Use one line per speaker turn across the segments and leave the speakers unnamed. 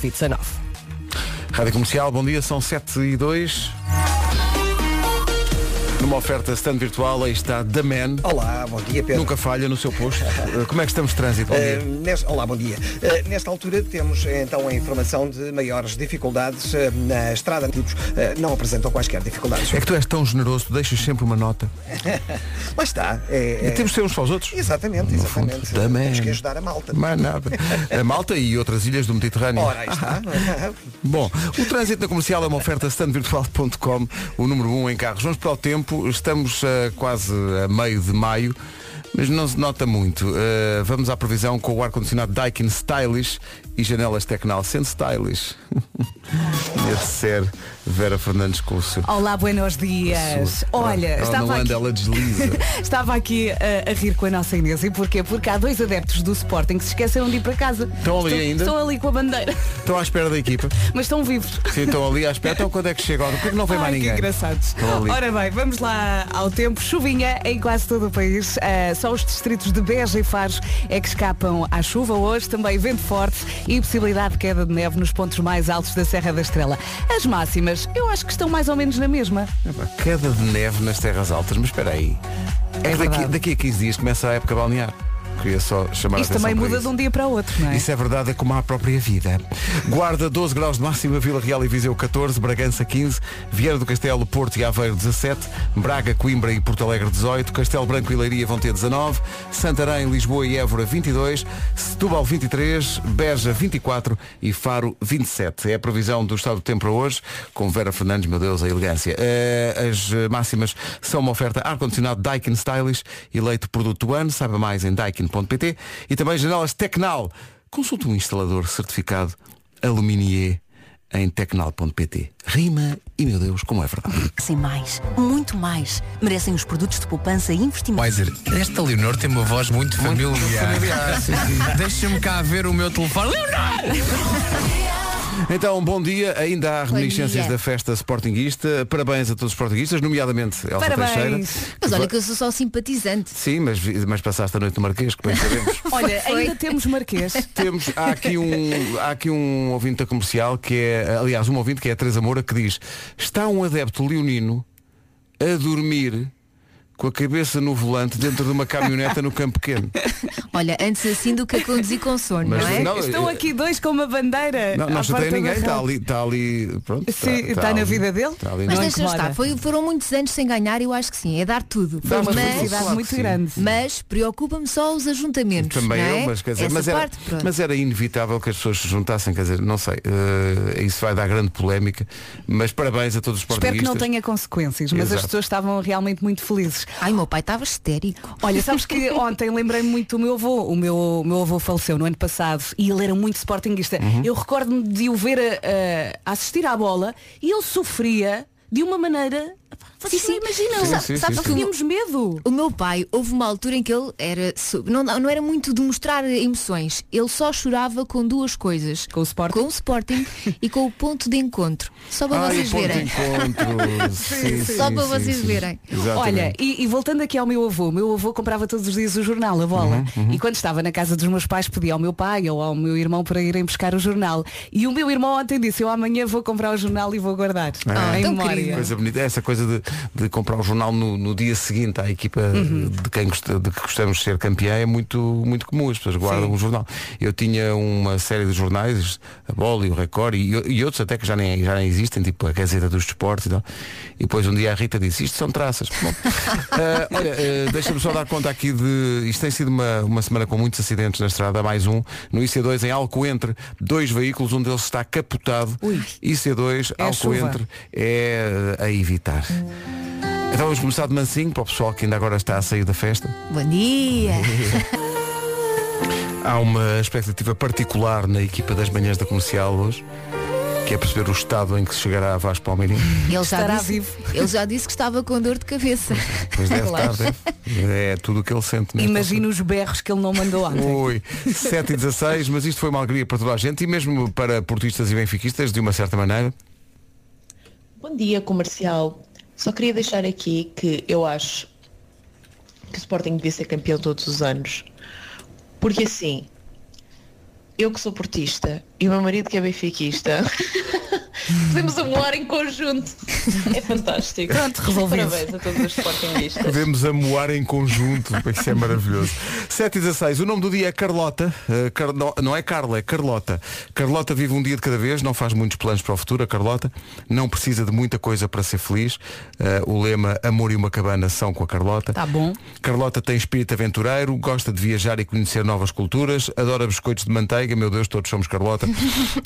Pizza 9.
Rádio Comercial, bom dia, são 7 e 2. Numa oferta stand virtual, aí está The Man.
Olá, bom dia Pedro.
Nunca falha no seu posto. Eh, Como é que estamos de trânsito? Bom
Eh,
dia.
nesta- olá, bom dia. Eh, nesta altura temos eh, então a informação de maiores dificuldades eh, na estrada. Tipos eh, não apresentam quaisquer dificuldades.
É que tu és tão generoso, tu deixas sempre uma nota.
Mas está. é-
E
é-
temos de ser uns para os outros.
Exatamente,
No fundo,
exatamente.
The Man.
Temos que ajudar a malta.
Mais nada. A Malta e outras ilhas do Mediterrâneo.
Ora, aí está.
Bom, o trânsito na comercial é uma oferta standvirtual.com, o número 1 um em carros. Vamos para o tempo, estamos eh, quase a meio de maio, mas não se nota muito. Eh, vamos à previsão com o ar-condicionado Daikin Stylish e janelas Tecnal Send Stylish. Deve ser Vera Fernandes com o seu.
Olá, buenos dias. Olha,
ela
estava,
não anda,
aqui,
ela desliza.
estava aqui eh, a, a rir com a nossa Inês. E porquê? Porque há dois adeptos do Sporting que se esqueceram de ir para casa.
Estão ali
estão,
ainda?
Estão ali com a bandeira,
Estão à espera da equipa.
mas estão vivos.
Sim, estão ali à espera. Então quando é que chega? Por que não vem
Ai,
mais
que
ninguém?
engraçados.
Estão ali.
Ora bem, vamos lá ao tempo. Chuvinha em quase todo o país. Ah, só os distritos de Beja e Faros é que escapam à chuva hoje. Também vento forte e possibilidade de queda de neve nos pontos mais altos da Serra da Estrela. As máximas, eu acho que estão mais ou menos na mesma.
Epá, Queda de neve nas terras altas, mas espera aí. É daqui,
verdade.
daqui a 15 dias começa a época balnear. Queria só chamar
Isto
a atenção
também
para
muda de
isso.
um dia para o outro, não é?
Isso é verdade, é como a própria vida. Guarda 12 graus de máxima, Vila Real e Viseu 14, Bragança 15, Vieira do Castelo, Porto e Aveiro 17, Braga, Coimbra e Porto Alegre 18, Castelo Branco e Leiria vão ter 19, Santarém, Lisboa e Évora 22, Setúbal 23, Beja 24 e Faro 27. É a previsão do estado do tempo para hoje, com Vera Fernandes, meu Deus, a elegância. Eh, as eh, máximas são uma oferta ar-condicionado Daikin Stylish, eleito produto do ano, saiba mais em daikin.pt e também janelas Tecnal. Consulte um instalador certificado Aluminier em tecnal.pt. Rima e, meu Deus, como é verdade.
Merecem mais, muito mais. Merecem os produtos de poupança e investimento.
Weiser, esta Leonor tem uma voz muito familiar. Deixa-me cá ver o meu telefone. Leonor!
Então, bom dia. Ainda há reminiscências
dia.
da festa sportinguista. Parabéns a todos os sportinguistas, nomeadamente Elsa
Parabéns.
Teixeira.
Mas olha que eu sou só simpatizante.
Sim, mas, vi- mas passaste a noite no Marquês, que bem sabemos.
Olha,
Foi.
ainda temos Marquês.
Temos, há aqui, um, há aqui um ouvinte da comercial que é, aliás, um ouvinte que é a Teresa Moura que diz, está um adepto leonino a dormir com a cabeça no volante dentro de uma caminhoneta no campo pequeno.
Olha, antes assim do que a conduzir com sono,
Mas
não é?
não,
Estão
eh,
aqui dois com uma bandeira.
Não,
à
não
porta
chatei
da
ninguém, está
rádio.
ali, está ali, pronto. tá,
Sim, está na
ali-
vida dele.
Está ali,
Mas
Não
deixa
incomoda.
estar, foi- foram muitos anos sem ganhar e eu acho que sim, é dar tudo.
Dá
Uma
tudo,
mas
felicidade
claro que
muito
sim.
grande.
mas preocupa-me só os ajuntamentos.
Também
não é?
eu, mas quer dizer,
Essa
mas era,
parte, pronto.
mas era inevitável que as pessoas se juntassem, quer dizer, não sei, eh, isso vai dar grande polémica, mas parabéns a todos os
Espero que não
portugueses.
tenha consequências, mas as
Exato.
pessoas estavam realmente muito felizes.
Ai, meu pai estava histérico.
Olha, sabes que ontem lembrei-me muito do meu avô. O meu, o meu avô faleceu no ano passado e ele era muito sportinguista.
Uhum.
Eu recordo-me de o ver a, a assistir à bola e ele sofria de uma maneira. Epá, Vocês
Sim,
não
sim.
imaginam.
Sim, sim,
sabes
sim,
que
sim.
tínhamos medo.
O meu pai, houve uma altura em que ele era su- não, não era muito de mostrar emoções. Ele só chorava com duas coisas.
Com o Sporting?
Com o Sporting e com o ponto de encontro. Só para
Ai,
vocês
Ah, o ponto de
verem.
encontro. Sim,
Só para vocês verem.
Olha,
Exatamente.
e, e voltando aqui ao meu avô, o meu avô comprava todos os dias o jornal, a bola.
Uhum,
E quando estava na casa dos meus pais, pedia ao meu pai ou ao meu irmão para irem buscar o jornal. E o meu irmão ontem disse, eu amanhã vou comprar o jornal e vou guardar.
Ah,
É.
em
tão
memória.
querido.
Coisa bonita, É essa coisa de, de comprar o jornal no, no dia seguinte à equipa de quem gosta- de que gostamos de ser campeã é muito, muito comum, as pessoas guardam o jornal. Eu tinha uma série de jornais, a Bola e o Record e, e outros até que já nem, já nem existem, tipo a Gazeta dos Desportos e tal. E depois um dia a Rita disse, isto são traças. Bom, ah, olha, ah, deixa-me só dar conta aqui de. Isto tem sido uma, uma semana com muitos acidentes na estrada, há mais um. No IC2 em Alcoentre, dois veículos, um deles está capotado.
Ui.
IC2,
É a
Alcoentre é a evitar. Então vamos começar de mansinho para o pessoal que ainda agora está a sair da festa.
Bom dia.
Há uma expectativa particular na equipa das manhãs da comercial hoje, que é perceber o estado em que se chegará a Vasco Palmeirinho.
Ele já,
Estará
disse,
vivo.
ele já disse que estava com dor de cabeça.
Pois deve estar, deve. É tudo o que ele sente. nesta
Imagina os berros que ele não mandou ontem.
Oi, 7 e 16, mas isto foi uma alegria para toda a gente e mesmo para portistas e benfiquistas, de uma certa maneira.
Bom dia, comercial. Só queria deixar aqui que eu acho que o Sporting devia ser campeão todos os anos. Porque assim, eu que sou portista e o meu marido que é benfiquista, podemos amolar em conjunto. É fantástico.
Pronto, resolvido.
Parabéns a todos os sportingistas.
Podemos amoar em conjunto. Isso é maravilhoso. 7 e 16. O nome do dia é Carlota. Eh, Car- não- Não é Carla, é Carlota. Carlota vive um dia de cada vez, não faz muitos planos para o futuro. A Carlota não precisa de muita coisa para ser feliz. Eh, O lema Amor e uma cabana são com a Carlota.
Tá bom.
Carlota tem espírito aventureiro, gosta de viajar e conhecer novas culturas, adora biscoitos de manteiga, meu Deus, todos somos Carlota.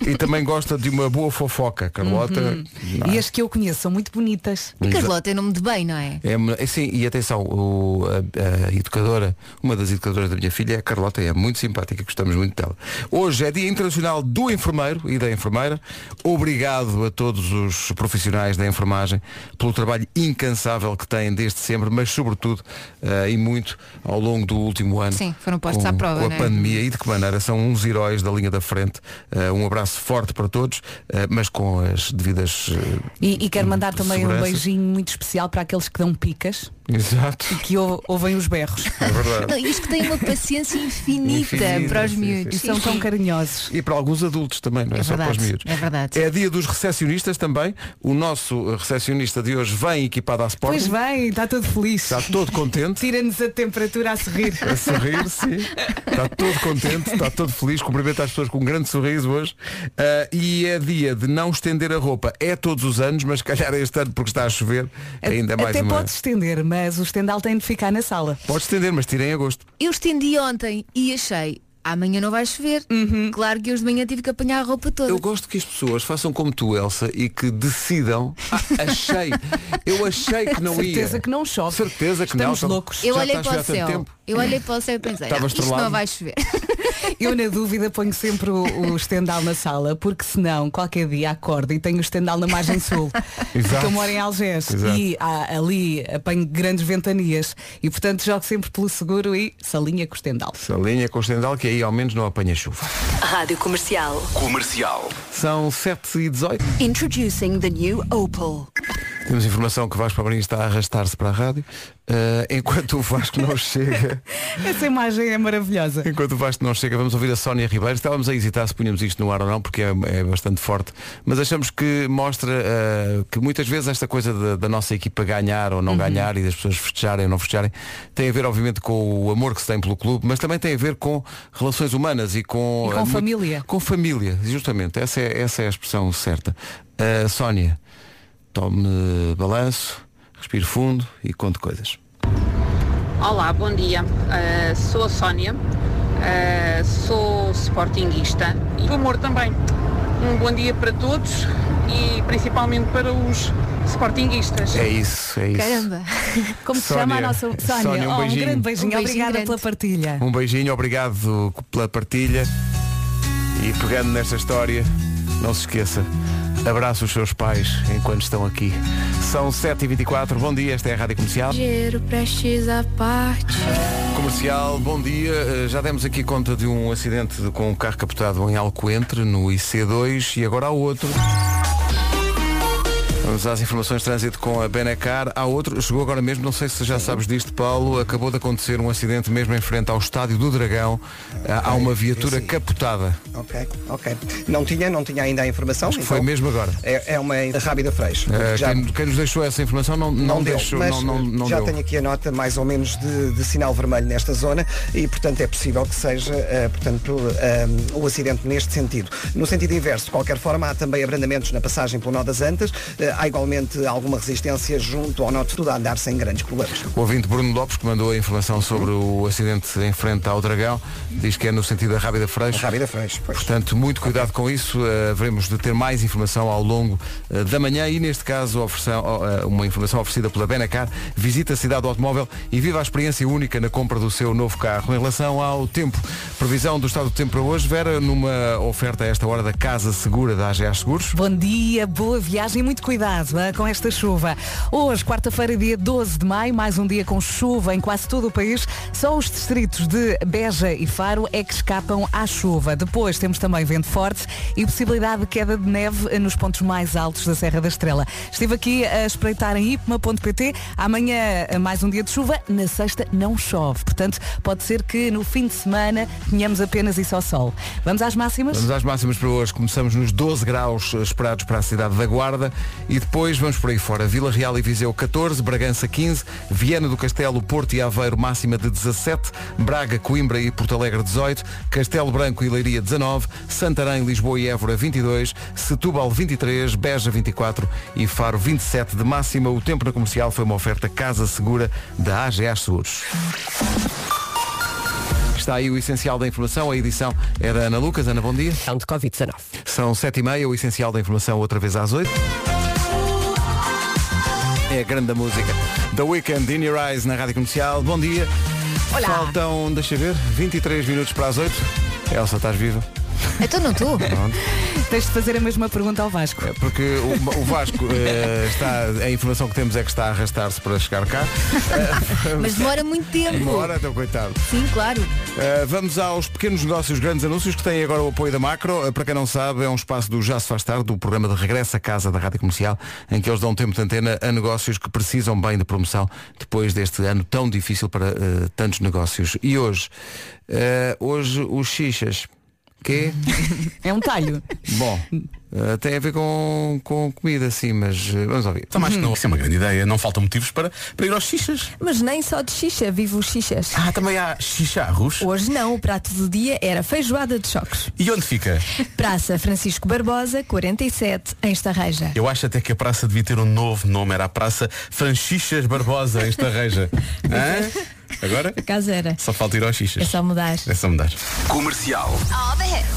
e também gosta de uma boa fofoca. Carlota.
Uhum. E as que eu conheço são muito bonitas.
E Carlota é nome de bem, não é?
É, mo- é, sim, e atenção, o- a, a educadora, uma das educadoras da minha filha é a Carlota, e é muito simpática, gostamos muito dela. Hoje é Dia Internacional do Enfermeiro e da Enfermeira. Obrigado a todos os profissionais da enfermagem pelo trabalho incansável que têm desde sempre, mas sobretudo eh, e muito ao longo do último ano.
Sim, foram postos
com,
à prova,
Com a
não é?
pandemia e de que maneira são uns heróis da linha da frente. Eh, um abraço forte para todos, eh, mas com as devidas. eh,
E, e quero mandar também um
seguranças.
beijinho muito especial para aqueles que dão picas
Exato.
e que ou- ouvem os berros.
É verdade.
Não, isto que tem uma paciência infinita,
Infinita,
para os
sim,
miúdos.
E são
Sim,
tão
sim.
carinhosos.
E para alguns adultos também, não é,
É
só para os
verdade,
miúdos.
é verdade.
É dia dos recepcionistas também. O nosso eh, recepcionista de hoje vem equipado à Sporting.
Pois bem, está todo feliz.
Está todo contente.
Tira-nos a temperatura a sorrir.
A sorrir, sim. Está todo contente, está todo feliz. Cumprimenta as pessoas com um grande sorriso hoje. Ah, e é dia de não estender a roupa. É todos os anos, mas se calhar este ano, porque está a chover, ainda mais
Até
uma.
pode estender, mas o estendal tem de ficar na sala.
Pode estender, mas tirem agosto.
Eu estendi ontem e achei, amanhã não vai chover. Claro que hoje de manhã tive que apanhar a roupa toda.
Eu gosto que as pessoas façam como tu, Elsa, e que decidam. Ah, achei. Eu achei que não ia.
Certeza que não chove.
Certeza que não. então.
Estamos loucos.
Eu
Já
olhei
está a
para o
chover há
céu.
tanto tempo.
Eu olhei para o céu e pensei,
Estava
"Não, isto
estrelado."
não vai chover.
Eu na dúvida ponho sempre o, o estendal na sala, porque senão qualquer dia acordo e tenho o estendal na margem sul.
Exato.
Porque eu moro em Algés
Exato.
e há- ali apanho grandes ventanias e portanto jogo sempre pelo seguro e salinha com o estendal.
Salinha com estendal que aí ao menos não apanha chuva.
Rádio Comercial.
Comercial.
São 7 e 18
Introducing the new Opel.
Temos informação que o Vasco Palmeirinho está a arrastar-se para a rádio. Uh, enquanto o Vasco não chega,
Essa imagem é maravilhosa.
enquanto o Vasco não chega, vamos ouvir a Sónia Ribeiro. Estávamos a hesitar se punhamos isto no ar ou não, porque é, é bastante forte. Mas achamos que mostra uh, que muitas vezes esta coisa da, da nossa equipa ganhar ou não
Uhum.
ganhar e das pessoas festejarem ou não festejarem tem a ver, obviamente, com o amor que se tem pelo clube, mas também tem a ver com relações humanas e com,
E com
uh,
família.
Com família, justamente. Essa é, essa é a expressão certa. Uh, Sónia, tome balanço, respire fundo e conte coisas.
Olá, bom dia. Ah, sou a Sónia, ah, sou sportinguista e do amor também. Um bom dia para todos e principalmente para os sportinguistas.
É isso, é isso.
Caramba.
Como se
Sónia.
chama a nossa Sónia?
Sónia, um
Oh,
beijinho.
grande beijinho.
Um beijinho
Obrigada
grande.
pela partilha.
Um beijinho, obrigado pela partilha. E pegando nesta história, não se esqueça, abraça os seus pais enquanto estão aqui. São 7h24, bom dia, esta é a Rádio Comercial.
Dinheiro prestes à parte.
Comercial, bom dia. Eh, Já demos aqui conta de um acidente de- com um carro capotado em Alcoentre, no IC2, e agora há outro. Vamos às informações de trânsito com a Benacar. Há outro, chegou agora mesmo, não sei se já sabes disto, Paulo, acabou de acontecer um acidente mesmo em frente ao Estádio do Dragão. Ah, Há uma viatura
esse-
capotada.
Ok, ok. Não tinha, não tinha ainda a informação.
Acho que foi mesmo agora.
É, é uma rápida
Eh,
freixo. porque Então, é, já-
quem, quem nos deixou essa informação não, não,
não deu,
deixou,
mas
não, não, não
já
deu.
tenho aqui a nota mais ou menos de, de sinal vermelho nesta zona e portanto é possível que seja eh, portanto eh, o acidente neste sentido. No sentido inverso, de qualquer forma, há também abrandamentos na passagem pelo Nó das Antas, eh, há igualmente alguma resistência junto ao Nó de Tudo a andar sem grandes problemas.
O ouvinte Bruno Lopes, que mandou a informação sobre o acidente em frente ao Dragão, diz que é no sentido da Rábida Freixo.
Rábida Freixo, pois.
Portanto, muito cuidado com isso. eh, Haveremos de ter mais informação ao longo eh, da manhã e, neste caso, ofereção- ó, eh, uma informação oferecida pela Benacar. Visita a cidade do automóvel e viva a experiência única na compra do seu novo carro. Em relação ao tempo, previsão do estado do tempo para hoje, Vera, numa oferta a esta hora da Casa Segura da AGA Seguros.
Bom dia, boa viagem e muito cuidado. fantasma com esta chuva. Hoje, quarta-feira, dia 12 de maio, mais um dia com chuva em quase todo o país. Só os distritos de Beja e Faro é que escapam à chuva. Depois temos também vento forte e possibilidade de queda de neve eh, nos pontos mais altos da Serra da Estrela. Estive aqui a espreitar em ipma.pt. Amanhã eh, mais um dia de chuva, na sexta não chove. Portanto, pode ser que no fim de semana tenhamos apenas e só sol. Vamos às máximas?
Vamos às máximas para hoje. Começamos nos 12 graus eh, esperados para a cidade da Guarda e depois vamos por aí fora. Vila Real e Viseu 14, Bragança 15, Viana do Castelo, Porto e Aveiro máxima de 17, Braga, Coimbra e Porto Alegre 18, Castelo Branco e Leiria 19, Santarém, Lisboa e Évora 22, Setúbal 23, Beja 24 e Faro 27 de máxima. O tempo na comercial foi uma oferta Casa Segura da AGA Seguros. Está aí o essencial da informação. A edição é da Ana Lucas. Ana, bom dia.
de Covid-19.
São sete e meia, o essencial da informação outra vez às oito. É a grande música. The Weekend in Your Eyes na Rádio Comercial. Bom dia.
Olá.
Faltam, deixa eu ver, 23 minutos para as oito. Elsa, estás viva?
Então não estou.
Tens de fazer a mesma pergunta ao Vasco.
É porque o, o Vasco eh, está, a informação que temos é que está a arrastar-se para chegar cá.
Mas demora muito tempo.
Demora, então coitado.
Sim, claro.
Uh, vamos aos pequenos negócios, grandes anúncios que têm agora o apoio da Macro. Uh, para quem não sabe, é um espaço do Já se faz tarde, do programa de regresso à casa da Rádio Comercial, em que eles dão tempo de antena a negócios que precisam bem de promoção depois deste ano tão difícil para uh, tantos negócios. E hoje, uh, hoje os xixas, que
É um talho.
bom, uh, tem a ver com, com comida, sim, mas uh, vamos ouvir.
Então, mais que não. Isso é uma grande ideia. Não faltam motivos para, para ir aos xixas.
Mas nem só de xixa vive os xixas.
Ah, também há xixarros.
Hoje não, o prato do dia era feijoada de choques.
E onde fica?
Praça Francisco Barbosa, 47, em Estarreja.
Eu acho até que a praça devia ter um novo nome. Era a Praça Franchixas Barbosa, em Estarreja. Hã? Agora?
Caso era.
Só falta ir aos
É
xixas.
só mudar.
É só mudar.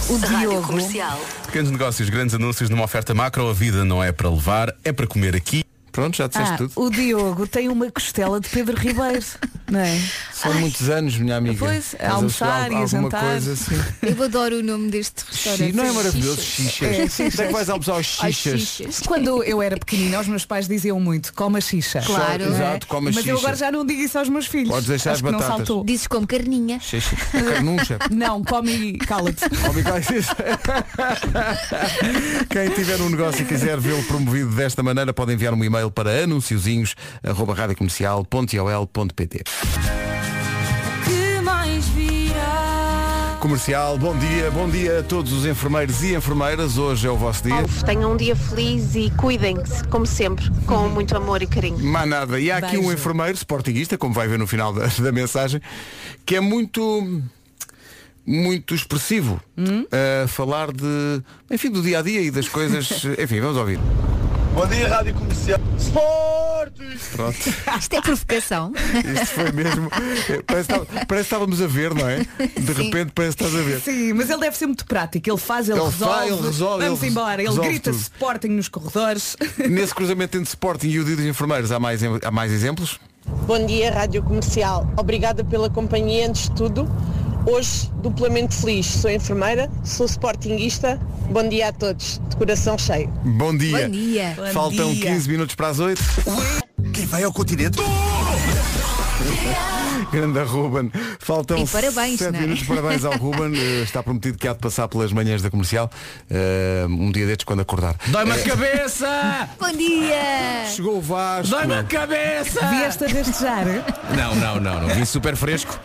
O
Diogo.
Comercial.
Pequenos negócios, grandes anúncios numa oferta macro. A vida não é para levar, é para comer aqui.
Pronto, já disseste
Ah,
tudo.
o Diogo tem uma costela de Pedro Ribeiro, não é?
São muitos anos, minha amiga.
Pois,
Mas eu
almoçar
chego
e
a alguma
jantar.
coisa assim.
Eu adoro o nome deste
Xi-
restaurante.
Não é maravilhoso?
Xixas.
Xixas. Onde é que vais almoçar aos
Ai,
xixas?
Quando eu era pequenina, os meus pais diziam muito, coma xixa.
Claro.
Não é?
Exato, coma
Mas eu
xixa.
agora já não digo isso aos meus filhos.
Podes deixar
Acho
as
que não
batatas.
saltou.
Dizes como carninha.
Xixi. É carnuncha.
Não, come e cala-te.
Homem, qual é isso? Quem tiver um negócio e quiser vê-lo promovido desta maneira pode enviar um e-mail para anunciozinhos.radiocomercial.ol.pt
Que mais virá?
Comercial, bom dia, bom dia a todos os enfermeiros e enfermeiras. Hoje é o vosso dia.
Tenham um dia feliz e cuidem-se, como sempre, com muito amor e carinho.
Má nada. E há aqui um
Beijo.
enfermeiro sportinguista, como vai ver no final da, da mensagem, que é muito muito expressivo a falar de, enfim, do dia a dia e das coisas, enfim, vamos ouvir.
Bom dia, Rádio Comercial. Sport!
Pronto.
Isto é provocação.
Isto foi mesmo. Parece, que estava- parece que estávamos a ver, não é? De repente parece que estás a ver.
Sim, mas ele deve ser muito prático. Ele faz, ele,
Ele
resolve.
faz, ele resolve,
Vamos
ele
embora. Ele
resolve
grita
tudo.
Sporting nos corredores.
Nesse cruzamento entre Sporting e o Dia dos Enfermeiros há mais, em- há mais exemplos?
Bom dia, Rádio Comercial. Obrigada pela companhia antes de tudo. Hoje, duplamente feliz. Sou enfermeira, sou sportinguista. Bom dia a todos, de coração cheio.
Bom dia.
Bom dia.
Faltam
dia.
15 minutos para as 8.
Quem vai ao continente?
Grande Ruben. Faltam
E parabéns,
7
não é?
minutos. Parabéns ao Ruben. Eh, Está prometido que há de passar pelas manhãs da comercial. eh, um dia destes quando acordar. Eh,
Dói-me a cabeça!
Bom dia.
Chegou o Vasco.
Dói-me a cabeça!
Vieste a rastejar.
Não, não, não, não. Vim super fresco.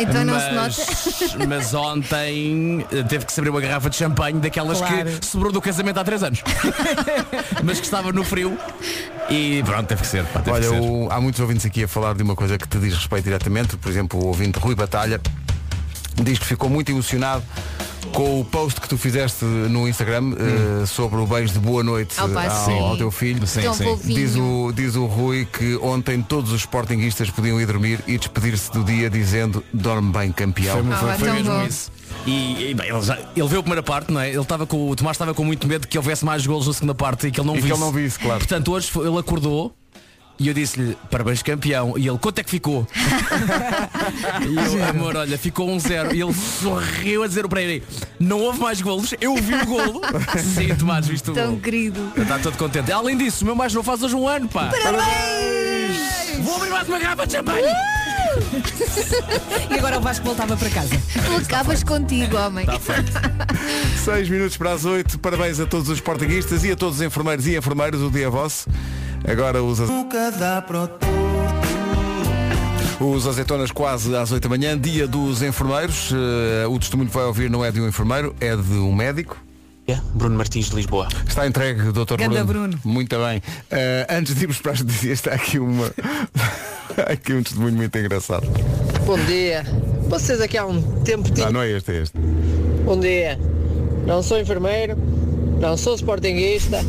Então não se
mas,
nota.
mas ontem eh, teve que se abrir uma garrafa de champanhe daquelas
Claro.
que sobrou do casamento há três anos. mas que estava no frio. E pronto, teve que ser. pá, teve
Olha,
que ser.
o- há muitos ouvintes aqui a falar de uma coisa que te diz respeito diretamente. Por exemplo, o ouvinte Rui Batalha diz que ficou muito emocionado com o post que tu fizeste no Instagram eh, sobre o beijo de boa noite
Ao
eh,
pai,
ao,
sim.
ao teu filho.
Hum. Sim,
Tão
sim.
fofinho.
Diz o, diz o Rui que ontem todos os sportinguistas podiam ir dormir e despedir-se do dia dizendo dorme bem campeão.
Ah, foi tão bom.
E, e, bem, ele, já- ele viu a primeira parte, não é? Ele estava com, o Tomás estava com muito medo que houvesse mais golos na segunda parte e que ele não
E que
visse.
ele não visse, claro.
Portanto, hoje foi- ele acordou
E eu disse-lhe, parabéns campeão. E ele, quanto é que ficou? e eu, amor, olha, ficou um zero. E ele sorriu a dizer o Pereira, não houve mais golos, eu vi o golo. Sim, Tomás, viste o
Tão
golo.
querido.
Está todo contente. Além disso, o meu mais novo faz hoje um ano, pá.
Parabéns!
Vou abrir mais uma garrafa de champanhe!
e agora o Vasco voltava para casa.
Tu acabas contigo, homem.
Está feito. 6 minutos para as 8. Parabéns a todos os portuguistas e a todos os enfermeiros e enfermeiras. O dia é vosso. Agora os, aze-
Nunca dá para
os azeitonas quase às 8 da manhã. Dia dos enfermeiros. Eh, o testemunho que vai ouvir não é de um enfermeiro, é de um médico.
Bruno Martins de Lisboa.
Está entregue, Dr.
Ganda
Bruno. Muito bem. Eh, antes de irmos para as notícias, está aqui uma. há aqui um testemunho muito engraçado.
Bom dia. Vocês aqui há um tempo
Ah, não é este, é este.
Bom dia. Não sou enfermeiro, não sou sportinguista,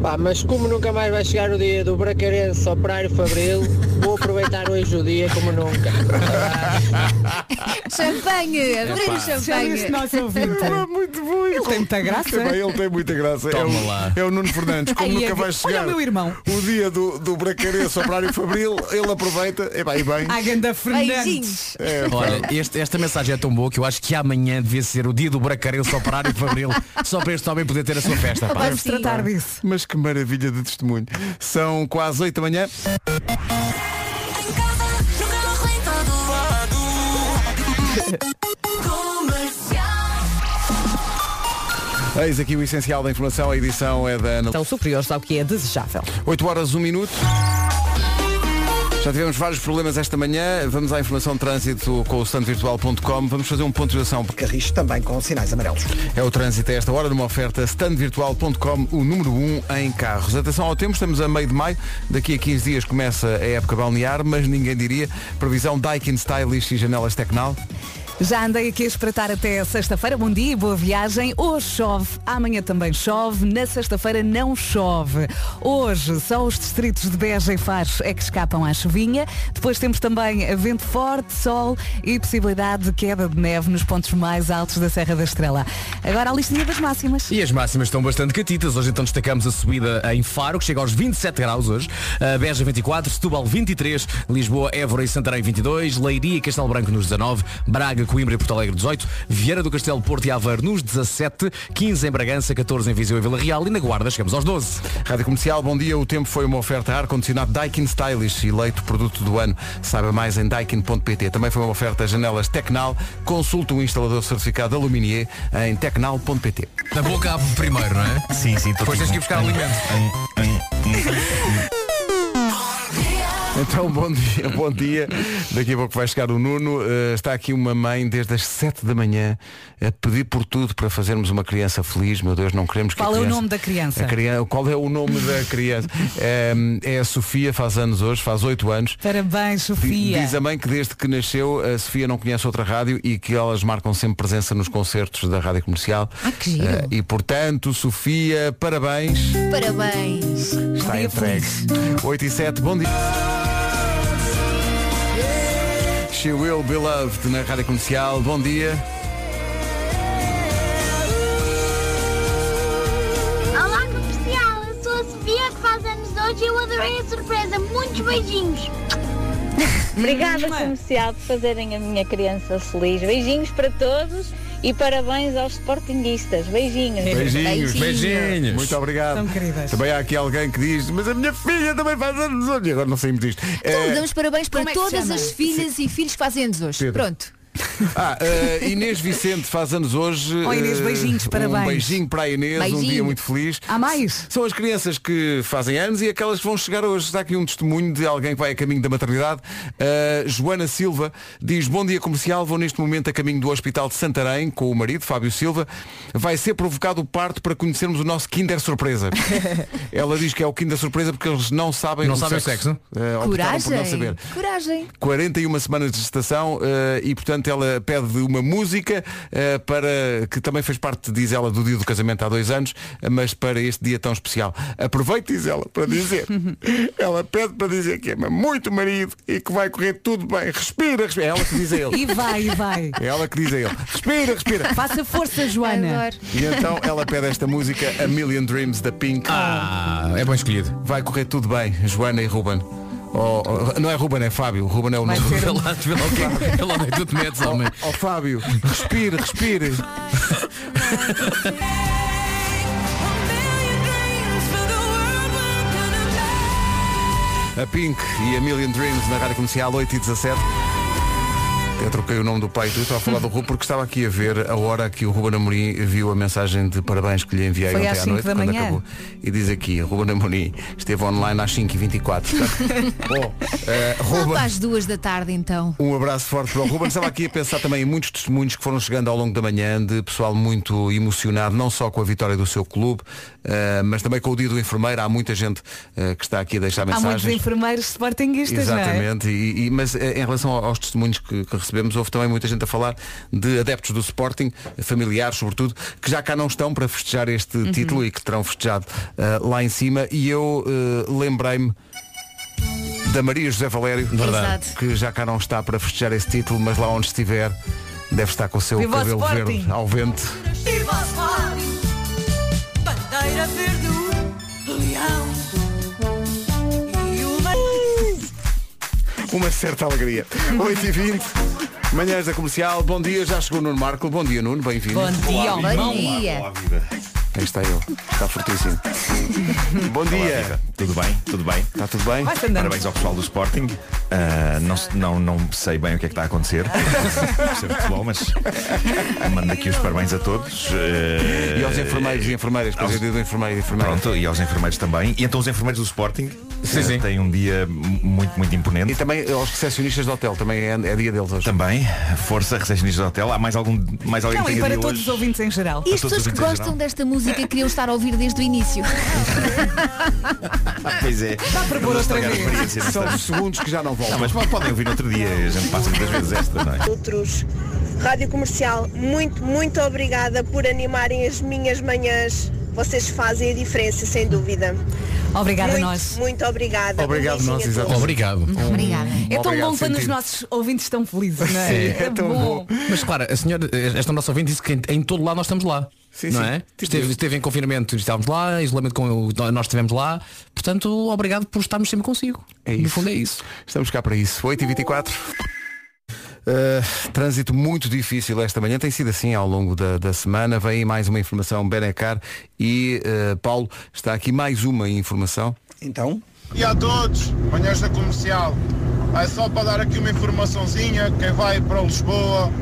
pá, mas como nunca mais vai chegar o dia do Bracarense Operário Fabril, vou aproveitar hoje o dia como nunca.
Champanhe, abrir o
Epá. Já
champanhe.
viste nosso ouvinte?
É muito bom. Ele
tem muita graça.
Epá, ele tem muita graça. é,
Toma
o,
lá.
é o Nuno Fernandes. Como
Ai,
nunca
é-
vai
olha
chegar
o meu irmão.
o dia do, do Bracarense Operário Fabril, ele aproveita. Epá, e bem.
A ganda Fernandes.
É, pá.
Olha, este- esta mensagem é tão boa que eu acho que amanhã devia ser o dia do bracarense operário de Fabril, só para este homem poder ter a sua festa. pá.
Deve-se Mas que maravilha de testemunho. São quase 8 da manhã. Eis aqui o essencial da informação. A edição é da Ana.
Então superior sabe o que é desejável.
8 horas, 1 minuto. Já tivemos vários problemas esta manhã. Vamos à informação de trânsito com o standvirtual.com. Vamos fazer um ponto de ação.
Carris também com sinais amarelos.
É o trânsito a esta hora numa oferta standvirtual.com, o número 1 em carros. Atenção ao tempo, estamos a meio de maio. Daqui a 15 dias começa é a época balnear, mas ninguém diria. Previsão Daikin Stylish e janelas Tecnal.
Já andei aqui a espreitar até sexta-feira. Bom dia e boa viagem. Hoje chove, amanhã também chove, na sexta-feira não chove. Hoje só os distritos de Beja e Faro é que escapam à chuvinha. Depois temos também vento forte, sol e possibilidade de queda de neve nos pontos mais altos da Serra da Estrela. Agora a listinha das máximas.
E as máximas estão bastante catitas. Hoje então destacamos a subida em Faro, que chega aos 27 graus hoje. A Beja 24, Setúbal 23, Lisboa, Évora e Santarém 22, Leiria e Castelo Branco nos 19, Braga, Coimbra e Porto Alegre 18, Vieira do Castelo, Porto e Aveiro nos 17, 15 em Bragança, 14 em Viseu e Vila Real e na Guarda chegamos aos 12.
Rádio Comercial, bom dia. O tempo foi uma oferta a ar-condicionado Daikin Stylish, eleito produto do ano. Saiba mais em daikin.pt. Também foi uma oferta a janelas Tecnal. Consulte um instalador certificado Aluminier em tecnal.pt.
Na boca abre primeiro, não é?
Sim, sim.
Depois tens que ir
tipo
buscar
um
alimento.
Então, bom dia, bom dia. Daqui a pouco vai chegar o Nuno. Eh, está aqui uma mãe desde as 7 da manhã a pedir por tudo para fazermos uma criança feliz. Meu Deus, não queremos que a
Qual é o
criança-
nome da criança?
A criança, qual é o nome da criança? Eh, É, a Sofia, faz anos hoje, faz 8 anos.
Parabéns,
Di-
Sofia.
Diz a mãe que desde que nasceu a Sofia não conhece outra rádio e que elas marcam sempre presença nos concertos da rádio comercial. Ah, que
giro.
e portanto, Sofia, parabéns.
Parabéns.
Está entregue. 8 e 7, bom dia. She Will Be Loved na Rádio Comercial. Bom dia.
Olá, comercial. Eu sou a Sofia que faz anos hoje e eu adorei a surpresa. Muitos beijinhos.
Obrigada, comercial, por fazerem a minha criança feliz. Beijinhos para todos e parabéns aos sportinguistas. Beijinhos.
É
Muito obrigado.
São queridas.
Também há aqui alguém que diz, mas a minha filha também faz anos hoje. E agora não saímos disto.
Então
Eh,
damos parabéns para
Como é que
todas
chama?
as filhas e filhos que fazem anos hoje.
Pedro.
Pronto.
Ah, eh, Inês Vicente faz anos hoje.
Oh, Inês,
Eh,
beijinhos,
Um
parabéns.
beijinho para a Inês, um
Beijinho. Ah.
dia muito feliz.
Há mais?
São as crianças que fazem anos e aquelas que vão chegar hoje. Está aqui um testemunho de alguém que vai a caminho da maternidade. Eh, Joana Silva diz, bom dia comercial, vou neste momento a caminho do Hospital de Santarém com o marido, Fábio Silva. Vai ser provocado o parto para conhecermos o nosso Kinder Surpresa. Ela diz que é o Kinder Surpresa porque eles não sabem
Não
o
sabem o
sexo.
sexo?
Eh, optaram por não saber.
Coragem. Coragem.
41 semanas de gestação eh, e portanto ela pede uma música eh, para que também fez parte, diz ela, do dia do casamento há dois anos, eh, mas para este dia tão especial. Aproveite, diz ela, para dizer. ela pede para dizer que ama muito o marido e que vai correr tudo bem. Respira, respira. É ela que diz a ele.
E vai, e vai.
É ela que diz a ele. Respira, respira.
Faça força, Joana.
E então ela pede esta música A Million Dreams da Pink. Ah,
é bom escolhido.
Vai correr tudo bem, Joana e Ruben. Oh, oh, não é Ruben, é Fábio. Ruben é o nome.
Vê lá, vê lá o que é- vê lá onde é que tu te metes, homem.
Ó Fábio, respire, respire. A Pink e a Million Dreams na Rádio Comercial 8 e 17. Eu troquei o nome do pai e tudo, estava a falar do Ruben porque estava aqui a ver a hora que o Ruben Amorim viu a mensagem de parabéns que lhe enviei
Foi
ontem
às
à
cinco
noite
da
quando
manhã.
acabou. E diz aqui, Ruben Amorim esteve online às 5h24. tá? Bom, eh,
Lá
Ruben,
para as duas da tarde então.
um abraço forte para o Ruben. Estava aqui a pensar também em muitos testemunhos que foram chegando ao longo da manhã de pessoal muito emocionado, não só com a vitória do seu clube, eh, mas também com o dia do enfermeiro. Há muita gente eh, que está aqui a deixar
Há muitos
mensagens.
enfermeiros sportinguistas, não é?
Exatamente, e, e- mas eh, em relação ao- aos testemunhos que, que recebemos, houve também muita gente a falar de adeptos do Sporting, familiares sobretudo, que já cá não estão para festejar este
Uhum.
título e que terão festejado eh, lá em cima. E eu eh, lembrei-me da Maria José Valério,
Verdade.
que já cá não está para festejar esse título, mas lá onde estiver, deve estar com o seu
Viva o
cabelo
Sporting!
verde ao vento.
Viva o Sporting, bandeira verde, o leão e uma...
Uma certa alegria. 8h20, manhãs da comercial. Bom dia, já chegou o Nuno Marco. Bom dia, Nuno, bem-vindo.
Bom dia, Olá, irmão. bom dia.
Olá, vida.
Aí está eu. Está fortíssimo. Bom
dia. Tudo bem? Tudo bem?
Está tudo bem?
Vai-se andando. Parabéns ao pessoal do Sporting. Ah, não, se- não, não sei bem o que é que está a acontecer. Não percebo futebol, mas mando aqui os parabéns a todos. Ah,
E aos enfermeiros e enfermeiras, pois é dia do enfermeiro e enfermeira.
Eh, Pronto, e aos enfermeiros também. E então os enfermeiros do Sporting
Sim,
eh,
sim.
têm um dia mu- muito, muito imponente.
E também aos recepcionistas do hotel, também é, é dia deles hoje.
Também, força, recepcionistas do hotel. Há mais algum mais alguém
Não,
que
e
tenha
para
dia
todos
hoje?
os ouvintes em geral.
E
A
as
todos
pessoas
os
que
ouvintes em
gostam desta música queriam estar a ouvir desde o início.
Pois é. Está
para pôr outra vez.
São os segundos que já não voltam.
mas podem ouvir no outro dia. A gente passa muitas vezes esta, não é?
Outros. Rádio Comercial, muito, muito obrigada por animarem as minhas manhãs. Vocês fazem a diferença, sem dúvida.
Obrigada a
muito,
nós.
Muito obrigada. Um
Obrigado,
beijinho
nós,
a
exato.
todos.
Obrigado.
Obrigada.
É tão
Obrigado,
bom quando os
sentido.
nossos ouvintes estão felizes, não é?
Sim, Mas claro, a senhora, esta nossa ouvinte disse que em, em todo lado nós estamos lá. não
sim.
é?
Tipo
Esteve,
eu.
esteve em confinamento, estávamos lá, em isolamento com o- nós estivemos lá. Portanto, obrigado por estarmos sempre consigo.
É isso. No fundo
é isso.
Estamos cá para isso. 8h24. Uh, trânsito muito difícil esta manhã, tem sido assim ao longo da, da semana. Vem aí mais uma informação Benecar e uh, Paulo está aqui mais uma informação.
Então?
E a todos, manhãs da comercial. É só para dar aqui uma informaçãozinha, quem vai para Lisboa,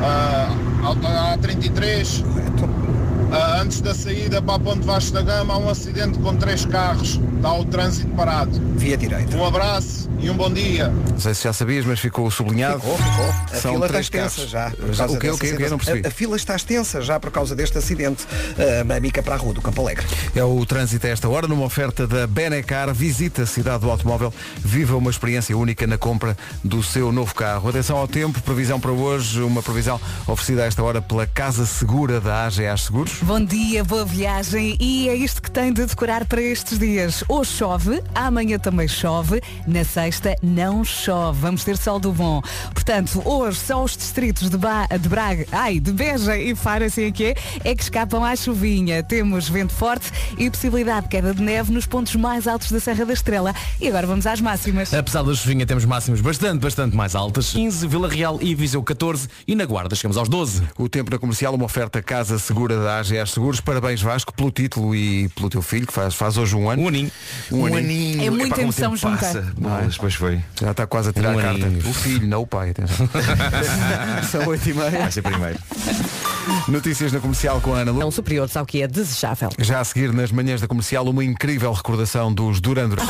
ah, a A33, ah, antes da saída para a Ponte Vasco da Gama, há um acidente com três carros. Está o trânsito parado.
Via direita.
Um abraço e um bom dia.
Não sei se já sabias, mas ficou sublinhado.
Ficou, ficou. É A
São
fila está
três
extensa
carros.
já. por
Já-
causa
O que
dessa
o que o que
situação.
não percebi.
A, a fila está extensa já por causa deste acidente. Uh, na bica para a rua do Campo Alegre.
É o trânsito a esta hora, numa oferta da Benecar. Visita a cidade do automóvel, viva uma experiência única na compra do seu novo carro. Atenção ao tempo, previsão para hoje, uma previsão oferecida a esta hora pela Casa Segura da AGA Seguros.
Bom dia, boa viagem e é isto que tem de decorar para estes dias. Hoje chove, amanhã também chove, na sexta não chove, vamos ter sol do bom. Portanto, hoje só os distritos de, ba de Braga, ai, de Beja e Faro, assim é que é, é que escapam à chuvinha. Temos vento forte e possibilidade de queda de neve nos pontos mais altos da Serra da Estrela. E agora vamos às máximas.
Apesar da chuvinha, temos máximos bastante, bastante mais altas. 15, Vila Real e Viseu 14 e na Guarda chegamos aos 12.
O tempo na comercial, uma oferta Casa Segura da AGA Seguros. Parabéns Vasco pelo título e pelo teu filho, que faz, faz hoje um ano. Um
aninho.
Um
Um
aninho.
aninho. É muita Epá, como o emoção tempo juntar. passa. Bolas,
depois foi. Já está quase a tirar
Um
a carta.
aninho.
O filho, não o pai. atenção. São 8 e meia.
Vai ser primeiro.
Notícias na comercial com a Ana Lu.
São superiores ao que é desejável.
Já a seguir, nas manhãs da comercial, uma incrível recordação dos Durandro.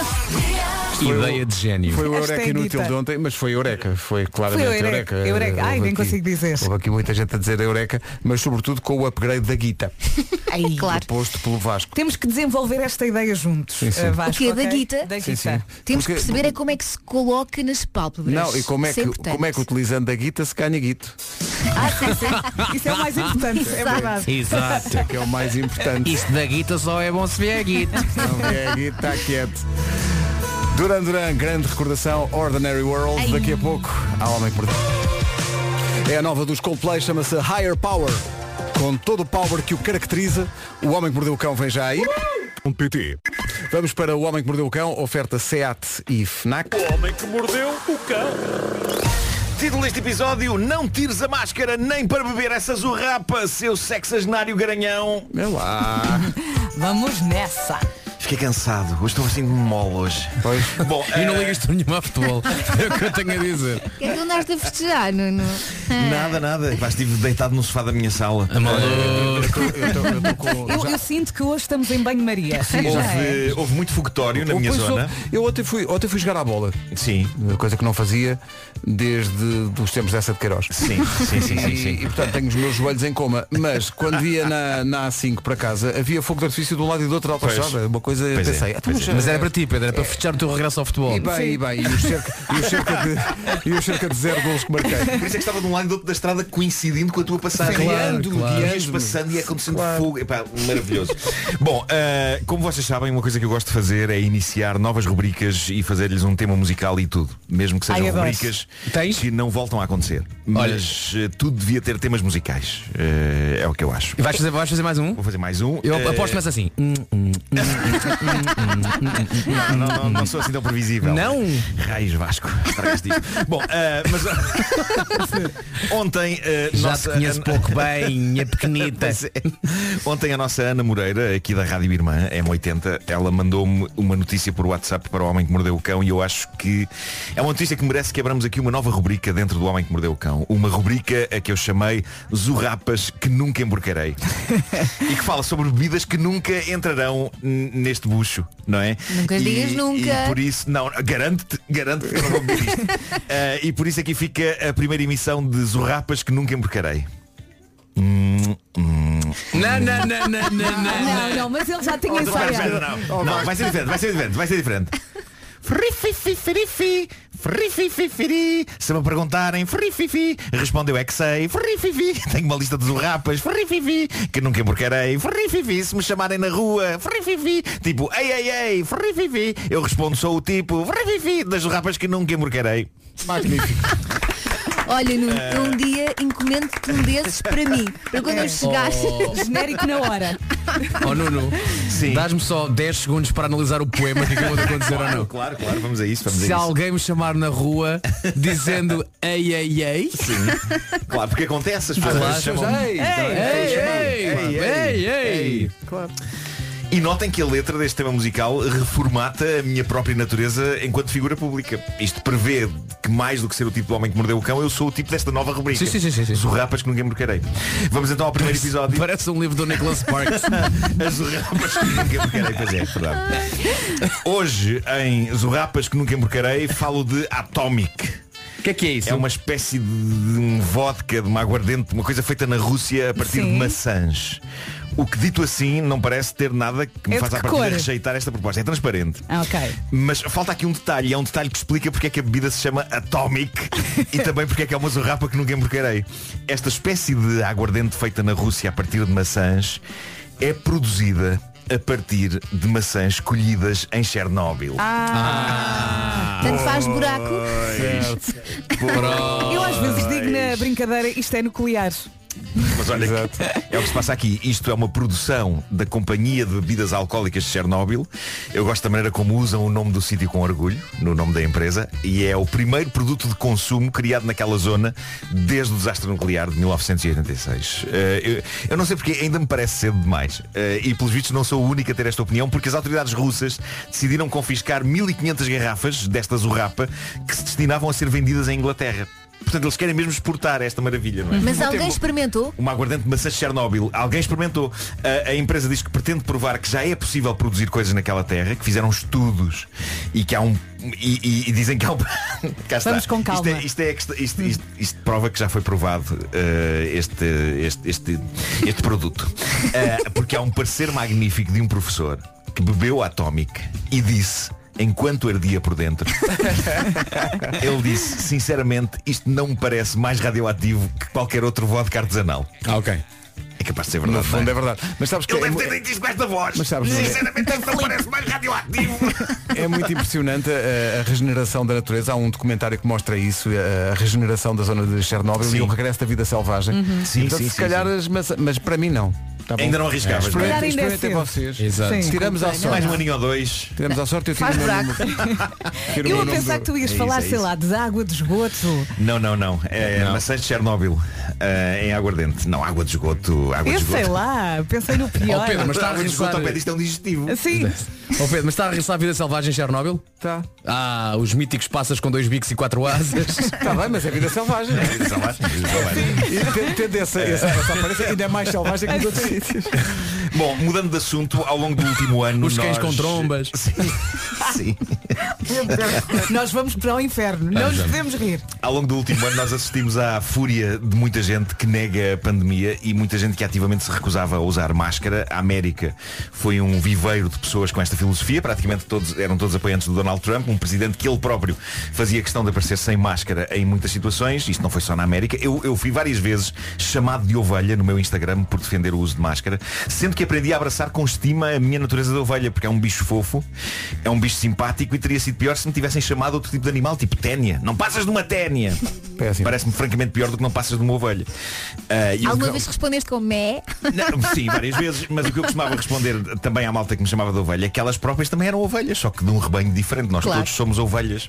Ideia de gênio.
Foi o
Esta
Eureka
é
Inútil
dita.
de ontem, mas foi Eureka. Foi claramente
Foi
Eureka.
Eureka, Eureka. Ai,
Houve
nem
aqui-
consigo dizer.
Houve aqui muita gente a dizer Eureka, mas sobretudo com o upgrade da guita,
claro.
posto pelo Vasco.
Temos que desenvolver esta ideia juntos.
Sim, sim.
eh,
O
Vasco,
que é da
ok?
guita?
Da
Sim,
guita.
sim. Porque-
Temos que perceber é como é que se coloca nas pálpebras.
Não, e como é,
Isso
que,
importante.
como é que utilizando a guita se ganha guito?
Isso é o mais importante, é verdade.
É que é o mais importante.
Isto da guita só é bom se vier guita.
Se não vier guita, está quieto. Duran Duran, grande recordação, Ordinary World,
Ai.
daqui a pouco, há homem por dentro. É a nova dos Coldplay, chama-se Higher Power.
Um
Com todo o power que o caracteriza, o homem que mordeu o cão vem já aí.
PT.
Vamos para O Homem que Mordeu o Cão, oferta SEAT e FNAC.
O homem que mordeu o cão.
Título deste episódio, não tires a máscara nem para beber essa zurrapa, seu sexagenário garanhão.
É lá.
Vamos nessa.
Fiquei cansado, hoje estou assim mole hoje.
Pois.
Bom,
E não
eh,
ligas-te nenhuma a futebol. É o que eu tenho a dizer.
Que é que andaste a festejar, Nuno?
eh, Nada, nada. Pá, estive deitado no sofá da minha sala.
Eu, eu sinto que hoje estamos em banho-maria. Já é.
Houve, houve muito foguetório na
Ou
minha
depois
zona.
houve- Eu ontem fui, ontem fui jogar à bola.
Sim.
eh, Coisa que não fazia desde os tempos dessa de Queiroz.
Sim, sim, sim, sim,
E-
sim.
E, portanto tenho os meus joelhos em coma. Mas quando ia na, na A5 para casa, havia fogo de artifício de um lado e do outro da
Pois.
autostrada. Uma coisa
Pois é,
pensei. "Ah,
pois é." Mas era para ti, Pedro, era para festejar o teu regresso ao futebol.
E bem, e bem, e os cerca, e os cerca de, e os cerca de zero gols que marquei.
Por isso é que estava de um lado e do outro da estrada coincidindo com a tua passagem.
Sim, claro,
Guiando-me,
claro.
guias passando e é acontecendo fogo. Epá, um maravilhoso. Bom, ah, como vocês sabem, uma coisa que eu gosto de fazer é iniciar novas rubricas e fazer-lhes um tema musical e tudo. Mesmo que sejam
Ai, adoro.
rubricas que não voltam a acontecer. Mas ah, tudo devia ter temas musicais. Ah, é o que eu acho.
E vais fazer, vais fazer mais um?
Vou fazer mais um.
Eu
Eh,
aposto mais assim.
Não, não, não, não sou assim tão previsível. Não? Raiz Vasco. Estragaste isto. Bom, ah, mas ontem. eh,
Já
nossa
te conheço
Ana-
pouco bem, minha pequenita.
Pois é. Ontem a nossa Ana Moreira, aqui da Rádio Irmã, M80, ela mandou-me uma notícia por WhatsApp para o Homem que Mordeu o Cão e eu acho que é uma notícia que merece que abramos aqui uma nova rubrica dentro do Homem que Mordeu o Cão. Uma rubrica a que eu chamei Zurrapas que nunca emborcarei. e que fala sobre bebidas que nunca entrarão n- neste bucho, não é?
Nunca
E-
digas nunca.
E por isso, não, garanto-te, garanto-te que eu não vou beber isto. Eh, e por isso aqui fica a primeira emissão de Zurrapas que nunca emborcarei. Hum, hum.
Não, não, não, não, não, não.
Não, não, mas ele já tinha
Oh, não,
ensaiado.
espera, espera, não. Não, vai ser diferente, vai ser diferente, vai ser diferente. Frifififirifi, frifififiri. Se me perguntarem, frififi, respondeu é que sei, frififi. Tenho uma lista de zurrapas, frififi, que nunca emborcarei, frififi. Se me chamarem na rua, frififi, tipo, ei, ei, ei, frififi. Eu respondo, sou o tipo, frififi, das zurrapas que nunca emborcarei.
Magnífico.
Olha, Nuno,
É.
eu um dia encomendo-te um desses para mim. Para quando eu chegar.
Oh.
Genérico na hora.
Oh Nuno, dás-me só 10 segundos para analisar o poema que acabou de acontecer
claro,
ou não.
Claro, claro, vamos a isso, vamos a
Se
isso.
alguém me chamar na rua dizendo ei ei ei.
Sim. Claro, porque acontece, as pessoas
Claro.
chamam.
Ei, ei, ei, ei, ei, ei.
E notem que a letra deste tema musical reformata a minha própria natureza enquanto figura pública. Isto prevê que mais do que ser o tipo do homem que mordeu o cão, eu sou o tipo desta nova rubrica.
Sim, sim, sim, sim, sim.
Zurrapas que ninguém mercarei. Vamos então ao primeiro episódio.
Parece um livro do Nicholas Sparks.
As zurrapas que nunca emborcarei, pois é, é verdade. Hoje, em Zurrapas que nunca emborcarei, falo de Atomic. O
que é que é isso?
É uma espécie de, de um vodka, de uma aguardente, uma coisa feita na Rússia a partir
Sim.
de maçãs. O que dito assim não parece ter nada que me
É de
faça a
que
partir
cor?
rejeitar esta proposta. É transparente.
Ah, ok.
Mas falta aqui um detalhe, e é um detalhe que explica porque é que a bebida se chama Atomic e também porque é que é uma zurrapa que nunca emborcarei. Esta espécie de aguardente feita na Rússia a partir de maçãs é produzida a partir de maçãs colhidas em Chernobyl. Ah.
Tanto faz buraco.
Eu às vezes digo na brincadeira, isto é nuclear.
Mas olha, é o que se passa aqui. Isto é uma produção da Companhia de Bebidas Alcoólicas de Chernobyl. Eu gosto da maneira como usam o nome do sítio com orgulho, no nome da empresa, e é o primeiro produto de consumo criado naquela zona desde o desastre nuclear de 1986. Eh, eu, eu não sei porque ainda me parece cedo demais. Eh, e pelos vistos não sou o único a ter esta opinião, porque as autoridades russas decidiram confiscar 1500 garrafas desta zurrapa que se destinavam a ser vendidas em Inglaterra. Portanto, eles querem mesmo exportar esta maravilha, não é?
Mas
Não
alguém
temos-
experimentou?
uma aguardente de maçã de Chernobyl. Alguém experimentou. A, a empresa diz que pretende provar que já é possível produzir coisas naquela terra, que fizeram estudos e que há um. E, e- e dizem que há um. Cá está.
Vamos com calma.
Isto, é- isto é que está- isto- isto- isto prova que já foi provado uh, este, este, este, este produto. Uh, porque há um parecer magnífico de um professor que bebeu a Atomic e disse, enquanto ardia por dentro, ele disse, sinceramente, isto não me parece mais radioativo que qualquer outro vodka artesanal.
Ah, ok.
É capaz de ser verdade.
No fundo
não
é verdade. Mas sabes que
Ele
é
deve
mu-
ter dito isto com esta voz.
Mas sabes, não é?
sinceramente, isto não me parece mais radioativo.
É muito impressionante eh, a, a regeneração da natureza. Há um documentário que mostra isso, eh, a, a regeneração da zona de Chernobyl
Sim.
e o regresso da vida selvagem.
Uhum. Sim,
E, portanto,
sim,
se
sim,
calhar as maçã- mas para mim não. Tá bom.
Ainda não arriscavas,
É,
não é?
experimentem,
Ainda é
experimentem
cedo.
vocês.
Exato. Sim,
Tiramos à
acompanha.
sorte.
Mais um aninho ou dois.
Tiramos à sorte, eu tiro
Faz
o meu
buraco.
número. Tiro o meu
Eu a
número.
pensar que tu ias
É
falar,
isso, é
sei
isso.
lá, de água, de esgoto.
Não, não, não. É maçãs de Chernobyl. eh, em aguardente. Não, água de esgoto. Água
Eu
de
sei
esgoto.
lá, pensei no
Ó
pior.
Pedro,
tá
mas está a
Água de
regressar...
esgoto ao pé disto é um digestivo.
Sim.
Ó Oh, Pedro, mas está a regressar a vida selvagem em Chernobyl?
Está.
Ah, os míticos passas com dois bicos e quatro asas.
Está bem, mas é vida selvagem. É
vida selvagem.
E tendo- tendo essa, essa, essa aparência, ainda é mais selvagem que nos outros sítios.
Bom, mudando de assunto, ao longo do último ano.
Os cães
nós-
com trombas.
Sim. Sim.
Nós vamos para o inferno, não nos
Vamos.
podemos rir.
Ao longo do último ano nós assistimos à fúria de muita gente que nega a pandemia e muita gente que ativamente se recusava a usar máscara. A América foi um viveiro de pessoas com esta filosofia, praticamente todos eram todos apoiantes do Donald Trump, um presidente que ele próprio fazia questão de aparecer sem máscara em muitas situações. Isto não foi só na América. Eu, eu fui várias vezes chamado de ovelha no meu Instagram por defender o uso de máscara, sendo que aprendi a abraçar com estima a minha natureza de ovelha, porque é um bicho fofo, é um bicho simpático e teria sido pior se me tivessem chamado outro tipo de animal, tipo ténia. Não passas de uma ténia. Parece-me francamente pior do que não passas de uma ovelha. Ah, e o
Alguma
que-
vez respondeste com mé?
Não, sim, várias vezes, mas o que eu costumava responder também à malta que me chamava de ovelha é que elas próprias também eram ovelhas, só que de um rebanho diferente. Nós
Claro.
todos somos ovelhas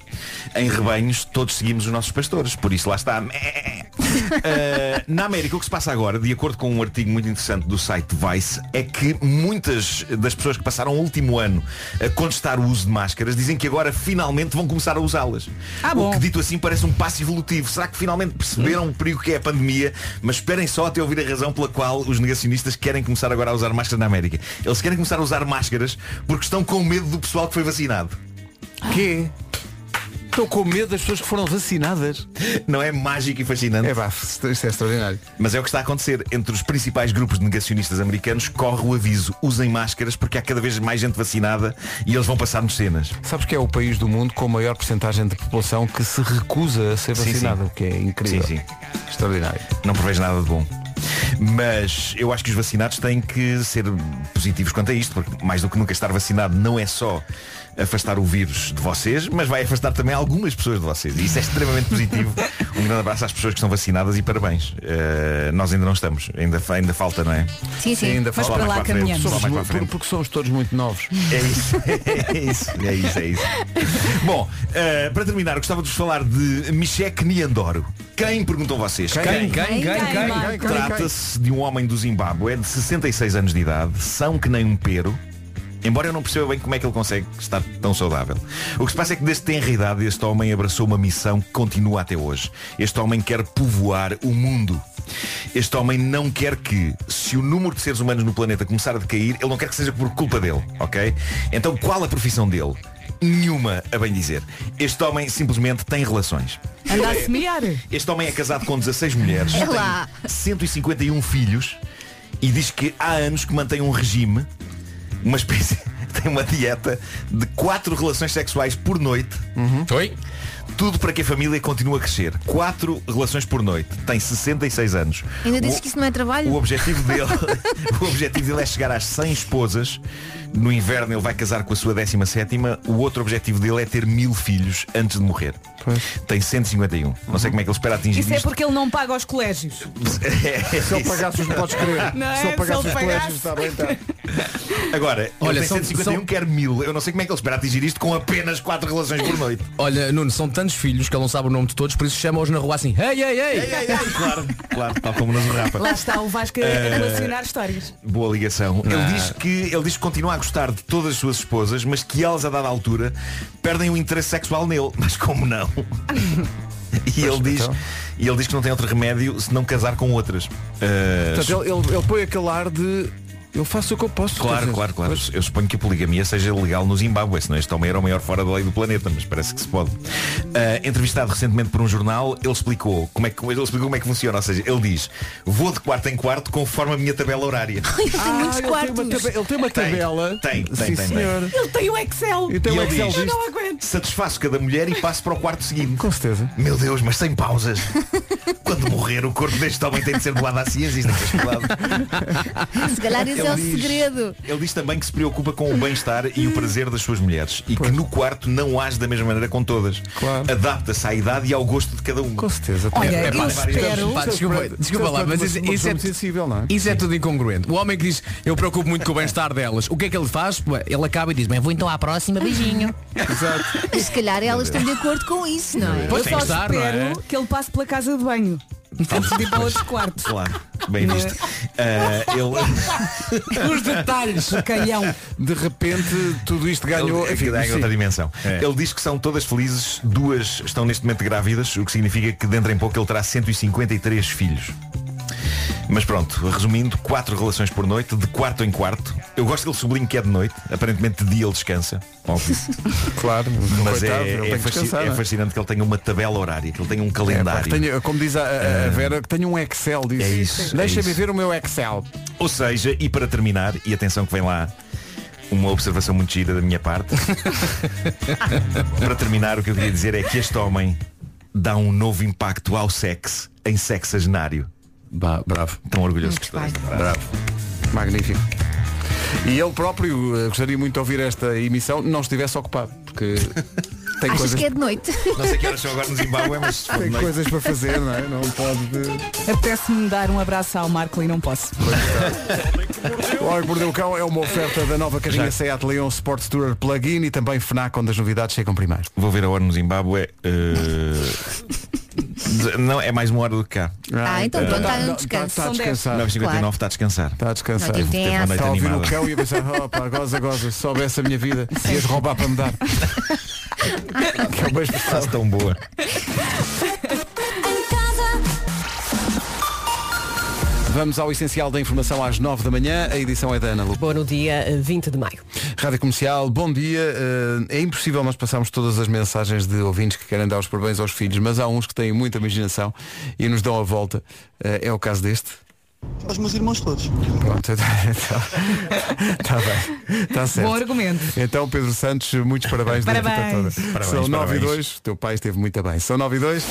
em rebanhos, todos seguimos os nossos pastores, por isso lá está. Uh, na América, o que se passa agora, de acordo com um artigo muito interessante do site Vice, é que muitas das pessoas que passaram o último ano a contestar o uso de máscaras dizem que agora finalmente vão começar a usá-las.
Ah,
o que dito assim parece um passo evolutivo. Será que finalmente perceberam o perigo que é a pandemia? Mas esperem só até ouvir a razão pela qual os negacionistas querem começar agora a usar máscaras na América. Eles querem começar a usar máscaras porque estão com medo do pessoal que foi vacinado.
Quê? Estou com medo das pessoas que foram vacinadas.
Não é mágico e fascinante?
É pá, isto é extraordinário.
Mas é o que está a acontecer. Entre os principais grupos de negacionistas americanos corre o aviso. Usem máscaras porque há cada vez mais gente vacinada e eles vão passar-nos cenas.
Sabes que é o país do mundo com a maior porcentagem de população que se recusa a ser
Sim,
vacinada,
sim.
o que é incrível.
Sim, sim.
Extraordinário.
Não prevejo nada de bom. Mas eu acho que os vacinados têm que ser positivos quanto a isto, porque mais do que nunca estar vacinado não é só afastar o vírus de vocês, mas vai afastar também algumas pessoas de vocês. E isso é extremamente positivo. Um grande abraço às pessoas que são vacinadas e parabéns. Eh, nós ainda não estamos. Ainda, fa- ainda falta, não é?
Sim, sim.
ainda
Mas
falo
para
mais
lá
para a frente,
caminhamos.
somos
Fala mais para a
mu- por-
frente.
porque somos todos muito novos.
É isso, é isso, é isso, é isso. Bom, eh, para terminar, eu gostava de vos falar de Michek Niandoro. Quem, perguntam vocês?
Quem? Quem? Quem? Quem? Quem? Quem?
Trata-se de um homem do Zimbábue, é de 66 anos de idade, são que nem um pero. Embora eu não perceba bem como é que ele consegue estar tão saudável. O que se passa é que desde tenra idade este homem abraçou uma missão que continua até hoje. Este homem quer povoar o mundo. Este homem não quer que, se o número de seres humanos no planeta começar a decair, ele não quer que seja por culpa dele, ok? Então qual a profissão dele? Nenhuma, a bem dizer. Este homem simplesmente tem relações.
Ah,
Anda a semear.
Este homem é casado com 16 mulheres,
É
tem
lá.
151 filhos e diz que há anos que mantém um regime, uma espécie, tem uma dieta de quatro relações sexuais por noite.
Foi?
Tudo para que a família continue a crescer. Quatro relações por noite. Tem 66 anos.
Ainda
O-
dizes que isso não é trabalho?
o objetivo dele, o objetivo dele é chegar às 100 esposas. No inverno ele vai casar com a sua 17 O outro objetivo dele é ter mil filhos antes de morrer. Tem 151. Não sei como é que ele espera atingir
Isso é
isto.
porque ele não paga aos colégios.
Se
ele pagasse os podes crer.
Não é?
Se ele pagasse
Se ele
os
pagasse.
colégios, está bem, está.
Agora,
Olha,
ele tem
são-
151,
são-
quer um mil. Eu não sei como é que ele espera atingir isto com apenas quatro relações por noite.
Olha, Nuno, são tantos filhos que ele não sabe o nome de todos, por isso chama-os na rua assim. Ei, ei, ei!
ei, ei. Claro, claro, tal como nos rapa.
Lá está o Vasco a
Eh,
relacionar histórias.
Boa ligação.
Ah.
Ele diz que ele diz que continua a gostar de todas as suas esposas, mas que elas a dada altura perdem o interesse sexual nele. Mas como não? E ele, diz, e ele diz que não tem outro remédio se não casar com outras. Ah,
Portanto, ele, ele- ele põe aquele ar de eu faço o que eu posso.
Claro, claro, claro. Eu suponho que a poligamia seja legal no Zimbábue, senão é? este homem era o maior fora da lei do planeta, mas parece que se pode. Ah, entrevistado recentemente por um jornal, ele explicou como é que ele explicou como é que funciona. Ou seja, ele diz, vou de quarto em quarto conforme a minha tabela horária.
Ah, Ele tem
muitos
Tem uma tabela,
quartos.
ele tem uma tabela.
Tem, tem,
Sim,
tem, tem.
senhor.
Ele tem o Excel.
E tem
E
um
ele
Excel
diz,
disto.
Não aguento.
Satisfaço cada mulher e passo para o quarto seguinte.
Com certeza.
Meu Deus, mas sem pausas. Quando morrer, o corpo deste homem tem de ser doado à ciência. Isto é que é escalado.
Se calhar
Ele
esse Esse é o segredo.
Ele diz também que se preocupa com o bem-estar e o prazer das suas mulheres e que no quarto não age da mesma maneira com todas. Adapta-se à idade e ao gosto de cada um.
Com certeza.
Olha,
É,
eu
pá,
espero. Pá, desculpa, desculpa lá, mas isso, isso é, isso é tudo incongruente. O homem que diz, eu preocupo muito com o bem-estar delas. O que é que ele faz? Pô, Ele acaba e diz, bem, vou então à próxima, beijinho.
Exato.
Mas se calhar elas estão de acordo com isso, não é?
Pois
Eu
tem
só
que estar, não
espero
é?
que ele passe pela casa de banho. Antes de ir para outros quartos.
Claro, bem visto. Ah, ele...
Os detalhes, calhão.
De repente tudo isto ganhou.
Ele, é
enfim,
ganha
sim.
outra dimensão.
É.
Ele diz que são todas felizes, duas estão neste momento grávidas, o que significa que dentro em pouco ele terá 153 filhos. Mas pronto, resumindo, quatro relações por noite, de quarto em quarto. Eu gosto que ele sublinhe que é de noite, aparentemente de dia ele descansa, óbvio.
Claro,
mas
coitado,
é,
ele
é
tem que
fasci-
descansar,
é
não é?
fascinante que ele tenha uma tabela horária, que ele tenha um
É, pá,
calendário.
que tenho- como diz a, a- a Vera, que tenho um Excel disso.
É isso, é
Deixa-me
isso.
ver o meu Excel.
Ou seja, e para terminar, e atenção que vem lá uma observação muito gira da minha parte. para terminar, o que eu queria dizer é que este homem dá um novo impacto ao sexo em sexagenário.
bravo.
Tão orgulhoso que estou. Bravo.
Magnífico. E ele próprio eh, gostaria muito de ouvir esta emissão, não estivesse ocupado, porque tem
Achas
coisas.
que é de noite?
Não sei que horas são agora no Zimbábue, mas se for de
Tem
noite-
coisas para fazer, não é? Não pode.
Apetece-me dar um abraço ao Marco e não posso.
O Homem que Mordeu o Cão é uma oferta da nova carrinha
Já.
Seat Leon Sports Tourer Plug-in e também FNAC, onde as novidades chegam primeiro.
Vou ver a hora no Zimbábue. eh, de- Não, é mais uma hora do que cá.
Ah, então
Tá
pronto, está no
Está
descanso.
a descansar.
9h59 está tá a descansar.
Está a descansar.
Não, tive
Teve uma
tempo.
Está Tá.
noite
a ouvir o
animada.
cão e a pensar, oh, pá, goza, goza, se soubesse a minha vida, ias roubar para me dar. que é uma expressão
tão boa.
Vamos ao essencial da informação às 9 da manhã. A edição é da Ana Lu.
Bom, no dia eh, 20 de maio.
Rádio Comercial, bom dia. Eh, É impossível nós passarmos todas as mensagens de ouvintes que querem dar os parabéns aos filhos, mas há uns que têm muita imaginação e nos dão a volta. Eh, É o caso deste.
Aos meus irmãos todos.
Pronto, está bem. Está certo.
Bom argumento.
Então, Pedro Santos, muitos parabéns, da equipa
Parabéns.
toda.
Parabéns,
São 9 e
parabéns.
2, teu pai esteve muito bem. São 9 e 2.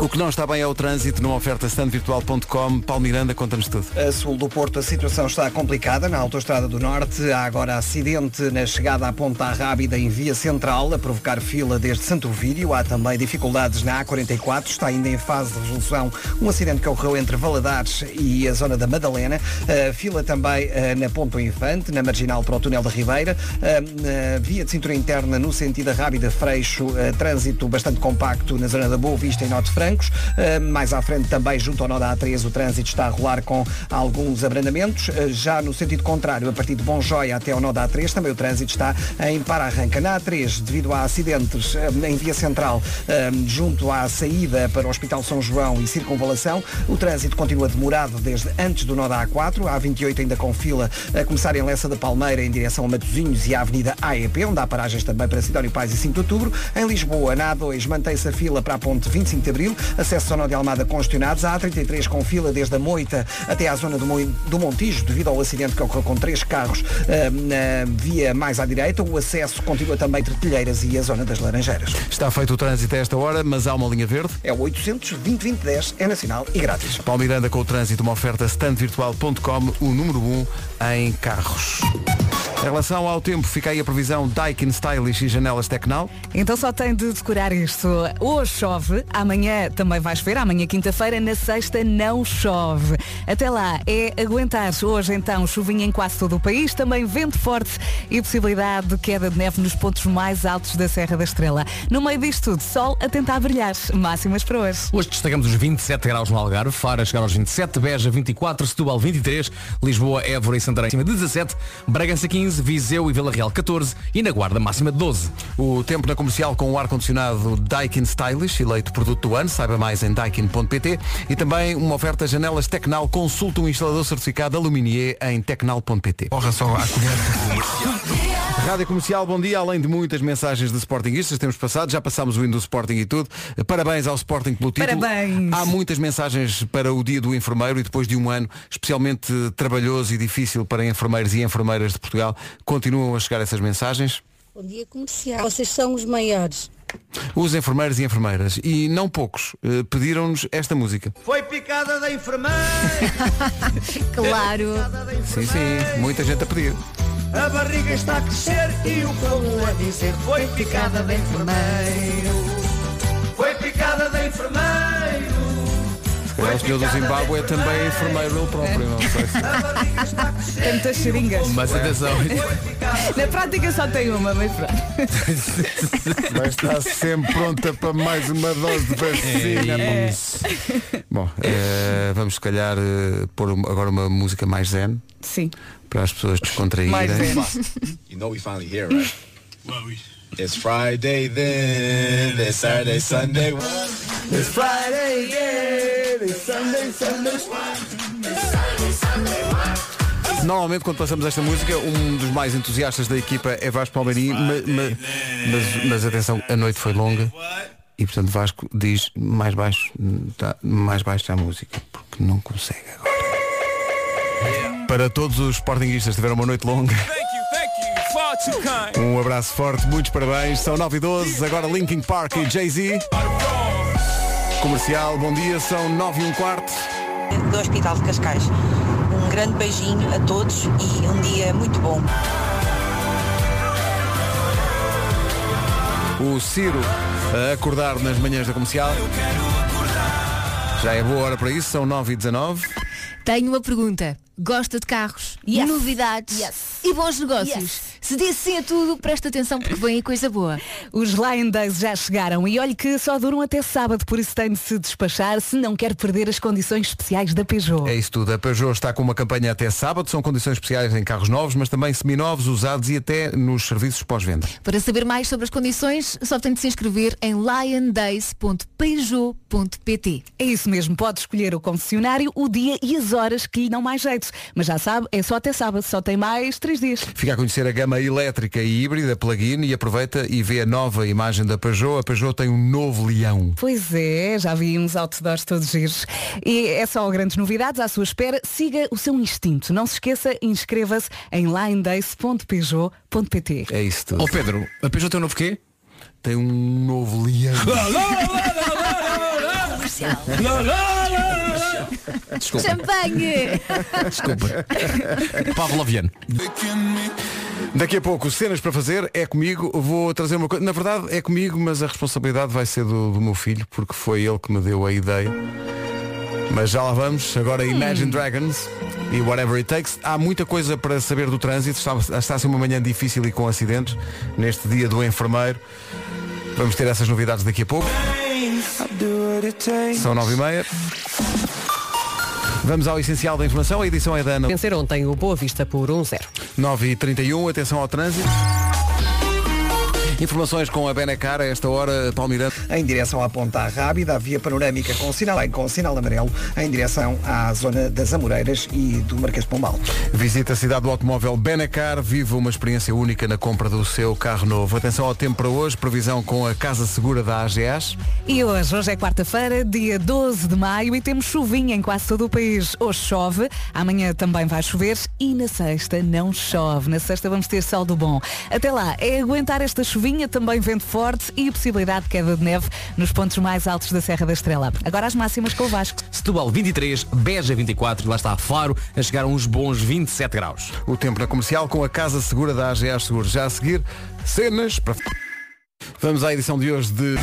O que não está bem é o trânsito numa oferta standvirtual.com. Paulo Miranda, conta-nos tudo.
A sul do Porto a situação está complicada. Na Autostrada do Norte há agora acidente na chegada à Ponta Rábida em via central, a provocar fila desde Santo Vídeo. Há também dificuldades na A44. Está ainda em fase de resolução um acidente que ocorreu entre Valadares e a zona da Madalena. Eh, fila também eh, na Ponto Infante, na marginal para o Túnel da Ribeira. Eh, na via de cintura interna no sentido da Rábida Freixo, eh, trânsito bastante compacto na zona da Boa Vista em Norte Francos. Eh, mais à frente também junto ao nó da A3 o trânsito está a rolar com alguns abrandamentos. Eh, Já no sentido contrário, a partir de Bonjoia até ao nó da A3 também o trânsito está em para-arranca. Na A3, devido a acidentes eh, em via central, eh, junto à saída para o Hospital São João e Circunvalação, o trânsito continua demorado desde antes do nó da A4. A A28 ainda com fila a começar em Lessa da Palmeira em direção a Matosinhos e à Avenida AEP, onde há paragens também para Sidónio Pais e 5 de Outubro. Em Lisboa, na A2, mantém-se a fila para a ponte 25 de Abril, acesso ao Nó de Almada congestionados, a A33 com fila desde a Moita até à zona do, Mo- do Montijo, devido ao acidente que ocorreu com três carros ah, na via mais à direita. O acesso continua também entre Telheiras e a zona das Laranjeiras.
Está feito o trânsito a esta hora, mas há uma linha verde.
É o 800 2010 é nacional e grátis.
Paulo Miranda com o trânsito, uma oferta standvirtual.com, o número 1 em carros. Em relação ao tempo, fica aí a previsão Daikin Stylish e Janelas Tecnal.
Então só tem de decorar isto. Hoje chove, amanhã também vais ver, amanhã quinta-feira, na sexta não chove. Até lá, é aguentar. Hoje então chuvinha em quase todo o país, também vento forte e possibilidade de queda de neve nos pontos mais altos da Serra da Estrela. No meio disto tudo, sol a tentar brilhar. Máximas para hoje.
Hoje destacamos os 27 graus no Algarve, Faro a chegar aos 27, Beja 24, Setúbal 23, Lisboa, Évora e Santarém acima de 17, Bragança 15, Viseu e Vila Real 14 e na Guarda máxima de 12.
O tempo na comercial com o ar-condicionado Daikin Stylish, eleito produto do ano, saiba mais em daikin.pt e também uma oferta Janelas Tecnal, consulta um instalador certificado Aluminier em tecnal.pt. Porra só a Rádio Comercial, bom dia. Além de muitas mensagens de Sportingistas, temos passado, já passámos o hino do Sporting e tudo. Parabéns ao Sporting pelo título.
Parabéns.
Há muitas mensagens para o dia do enfermeiro e depois de um ano especialmente eh, trabalhoso e difícil para enfermeiros e enfermeiras de Portugal, continuam a chegar essas mensagens.
Bom dia comercial. Vocês são os maiores.
Os enfermeiros e enfermeiras, e não poucos, eh, pediram-nos esta música.
Foi picada da enfermeira.
claro.
Sim, sim, muita gente a pedir.
A barriga está a crescer e o colo a dizer Foi picada de enfermeiro Foi picada de enfermeiro
Se calhar o senhor do Zimbábue é também enfermeiro ele próprio, não sei. se-
Tem muitas seringas.
Mas atenção.
Na prática só tem uma, mas pronto.
Mas está sempre pronta para mais uma dose de vacina.
É
Bom, eh, vamos se calhar eh, pôr um- agora uma música mais zen.
Sim.
Para as pessoas descontraírem.
you know we finally here, right? It's Friday then, it's Saturday, Sunday.
It's Friday, yeah It's Sunday, Sunday
Normalmente quando passamos esta música, um dos mais entusiastas da equipa é Vasco Palmeirim, ma- ma- mas, mas atenção, a noite foi longa e portanto Vasco diz mais baixo, tá, mais baixo a música, porque não consegue agora. Para todos os sportinguistas que tiveram uma noite longa. Um abraço forte, muitos parabéns. São 9 e 12, agora Linkin Park e Jay-Z. Comercial, bom dia, são 9 e um quarto.
do Hospital de Cascais. Um grande beijinho a todos e um dia muito bom.
O Ciro a acordar nas manhãs da comercial. Já é boa hora para isso, são 9 e 19
Tenho uma pergunta. Gosta de carros, novidades e bons negócios?
Yes.
Se diz sim a tudo, presta atenção porque vem aí coisa boa.
Os Lion Days já chegaram e olhe que só duram até sábado, por isso tem de se despachar se não quer perder as condições especiais da Peugeot.
É isso tudo. A Peugeot está com uma campanha até sábado. São condições especiais em carros novos, mas também seminovos, usados e até nos serviços pós-venda.
Para saber mais sobre as condições, só tem de se inscrever em liondays.peugeot.pt.
É isso mesmo, pode escolher o concessionário, o dia e as horas que lhe dão mais jeito. Mas já sabe, é só até sábado, só tem mais três dias.
Fica a conhecer a gama elétrica e híbrida plug-in e aproveita e vê a nova imagem da Peugeot. A Peugeot tem um novo leão.
Pois é, já vi uns outdoors todos giros. E é só grandes novidades à sua espera. Siga o seu instinto. Não se esqueça, inscreva-se em linedays.pejot.pt
É isso tudo.
Ó Oh, Pedro, a Peugeot tem um novo quê?
Tem um novo leão.
Desculpa.
Champanhe!
Desculpa. Pavloviano. Daqui a pouco, cenas para fazer, é comigo, vou trazer uma coisa. Na verdade é comigo, mas a responsabilidade vai ser do, do meu filho, porque foi ele que me deu a ideia. Mas já lá vamos, agora Imagine Dragons e Whatever It Takes. Há muita coisa para saber do trânsito, está, está a ser uma manhã difícil e com acidentes, neste dia do enfermeiro. Vamos ter essas novidades daqui a pouco. São nove e meia. Vamos ao essencial da informação, a edição é da Ana.
Vencer ontem o Boa Vista por 1-0.
9h31, atenção ao trânsito. Informações com a Benecar a esta hora, Palmeirante.
Em direção à Ponta Rábida, a via panorâmica com sinal em com sinal amarelo em direção à zona das Amoreiras e do Marquês de Pombal.
Visita a cidade do automóvel Benacar, vive uma experiência única na compra do seu carro novo. Atenção ao tempo para hoje, previsão com a Casa Segura da AGS.
E hoje, hoje é quarta-feira, dia 12 de maio e temos chuvinha em quase todo o país. Hoje chove, amanhã também vai chover e na sexta não chove. Na sexta vamos ter sol do bom. Até lá, é aguentar esta chuvinha, também vento forte e a possibilidade de queda de neve nos pontos mais altos da Serra da Estrela. Agora as máximas com o Vasco.
Setúbal 23, Beja 24 e lá está Faro a chegar a uns bons 27 graus.
O tempo na comercial com a Casa Segura da AGS Seguros. Já a seguir, cenas para. Vamos à edição de hoje de.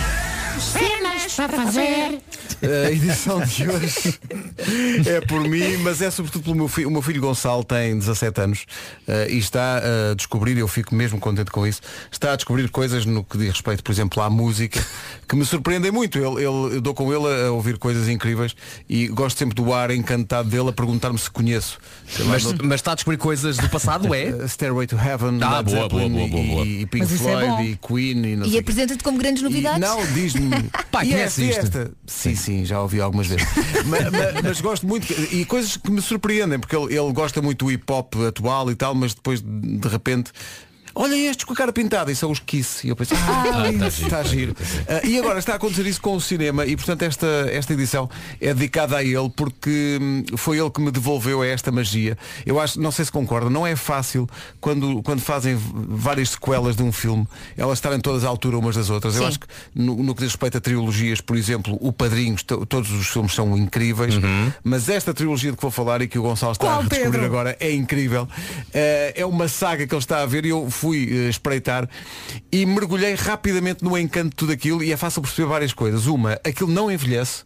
Cenas para fazer.
A edição de hoje é por mim, mas é sobretudo pelo meu filho. O meu filho Gonçalo tem 17 anos eh, e está a descobrir, eu fico mesmo contente com isso, está a descobrir coisas no que diz respeito, por exemplo, à música, que me surpreendem muito. Ele, ele- eu dou com ele a, a ouvir coisas incríveis e gosto sempre do ar encantado dele a perguntar-me se conheço. Sei lá,
Mas,
no-
mas está a descobrir coisas do passado, é?
Stairway to Heaven,
Ah, boa,
Led
boa,
Zeppelin
boa, boa, boa.
E, e Pink
Mas isso é bom.
Floyd e Queen e não
E
sei o quê.
apresenta-te como grandes novidades?
Não, diz-me.
Pá,
e
conhece
esta, e
isto?
esta? Sim, sim, já ouvi algumas vezes. Ma- ma- mas, gosto muito. que- E coisas que me surpreendem, porque ele, ele gosta muito do hip hop atual e tal, mas depois de repente. olha estes com a cara pintada e são os Kiss. E eu pensei, ah,
Ah,
está
tá
giro. Ah, e agora está a acontecer isso com o cinema e portanto esta, esta edição é dedicada a ele porque hum, foi ele que me devolveu a esta magia. Eu acho, não sei se concorda, não é fácil quando, quando fazem v- várias sequelas de um filme, elas estarem todas à altura umas das outras. Eu
Sim.
acho que no, no que diz respeito a trilogias, por exemplo, o Padrinho, to- todos os filmes são incríveis, mas esta trilogia de que vou falar e que o Gonçalo está
Qual,
a descobrir
Pedro?
agora é incrível. Eh, é uma saga que ele está a ver e eu fui eh, espreitar e mergulhei rapidamente no encanto de tudo aquilo e é fácil perceber várias coisas. Uma, aquilo não envelhece.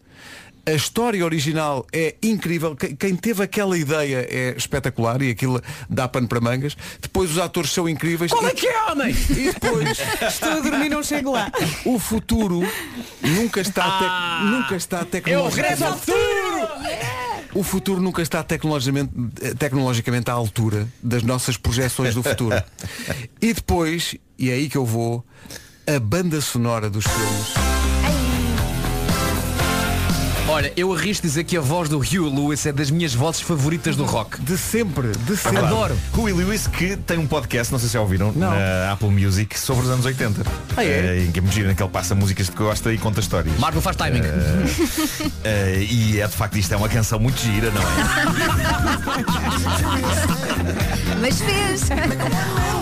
A história original é incrível. Que- Quem teve aquela ideia é espetacular e aquilo dá pano para mangas. Depois os atores são incríveis.
Qual é
E-
que é, homem?
E depois
Estou a dormir, não chego lá.
O futuro nunca está tec- nunca está
Eu Ah.
tecnologicamente.
É regresso ao futuro!
O futuro nunca está tecnologicamente, eh, tecnologicamente à altura das nossas projeções do futuro. e depois, e é aí que eu vou, a banda sonora dos filmes.
Olha, eu arrisco dizer que a voz do Hugh Lewis é das minhas vozes favoritas do rock.
De sempre, de
sempre. Adoro.
Huey Lewis que tem um podcast, não sei se já ouviram, na Apple Music sobre os anos 80.
Ah, é?
Eh, em que é muito giro, em que ele passa músicas que gosta e conta histórias.
Marco, faz timing.
Eh, eh, e é de facto isto é uma canção muito gira, não é?
Mas fez.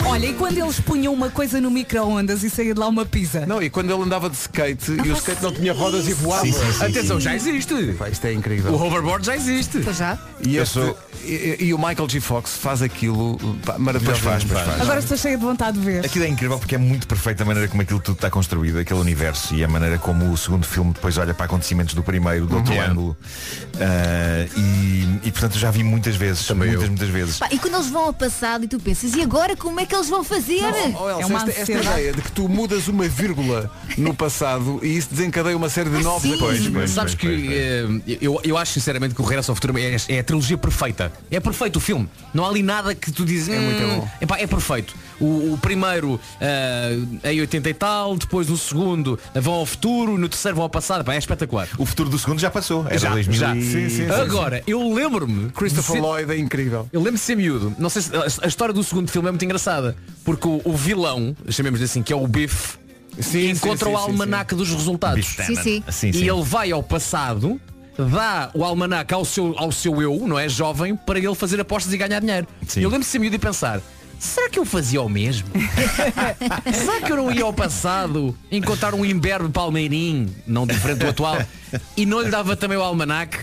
Olha, e quando eles punham uma coisa no micro-ondas e saía de lá uma pizza?
Não, e quando ele andava de skate e o skate não tinha rodas e voava.
Sim, sim, sim, Atenção, sim. Então já existe.
Pá, isto é incrível.
O hoverboard já existe.
já?
E, este- e- e o Michael G. Fox faz aquilo pá,
Pois
maravilhosamente
faz, pois
bem.
faz.
Agora estou cheia de vontade de ver.
Aquilo é incrível porque é muito perfeita a maneira como aquilo tudo está construído, aquele universo e a maneira como o segundo filme depois olha para acontecimentos do primeiro, do outro
Uhum.
ângulo. Ah, e, e, portanto eu já vi muitas vezes, muitas, muitas vezes.
Pá, e quando eles vão ao passado e tu pensas, e agora como é que eles vão fazer?
Oh, Elsa, esta, esta ideia de que tu mudas uma vírgula no passado e isso desencadeia uma série de novos acontecimentos.
Sabes que eh, eu, eu acho sinceramente que o Regresso ao Futuro é, é a trilogia perfeita. É perfeito o filme. Não há ali nada que tu dizes. É
muito bom."
Epá, é perfeito. O, o primeiro ah, em 80 e tal, depois no segundo vão ao futuro, no terceiro vão ao passado. Epá, é espetacular.
O futuro do segundo já passou. Era
já,
2000
já.
e- Sim, sim, sim,
Agora, eu lembro-me.
Christopher
de ser-
Lloyd é incrível.
Eu lembro-me de ser miúdo. Não sei se, a, a história do segundo filme é muito engraçada. Porque o, o vilão, chamemos-lhe assim, que é o Biff, encontra
sim,
o
sim,
almanaque dos resultados.
Biff Tannen. Sim, sim. Sim,
E
sim.
ele vai ao passado, dá o almanaque ao seu, ao seu eu, não é? Jovem, para ele fazer apostas e ganhar dinheiro. Eu lembro-me de ser miúdo e pensar. Será que eu fazia o mesmo? Será que eu não ia ao passado encontrar um imberbe palmeirim, não diferente do atual, e não lhe dava também o almanaque?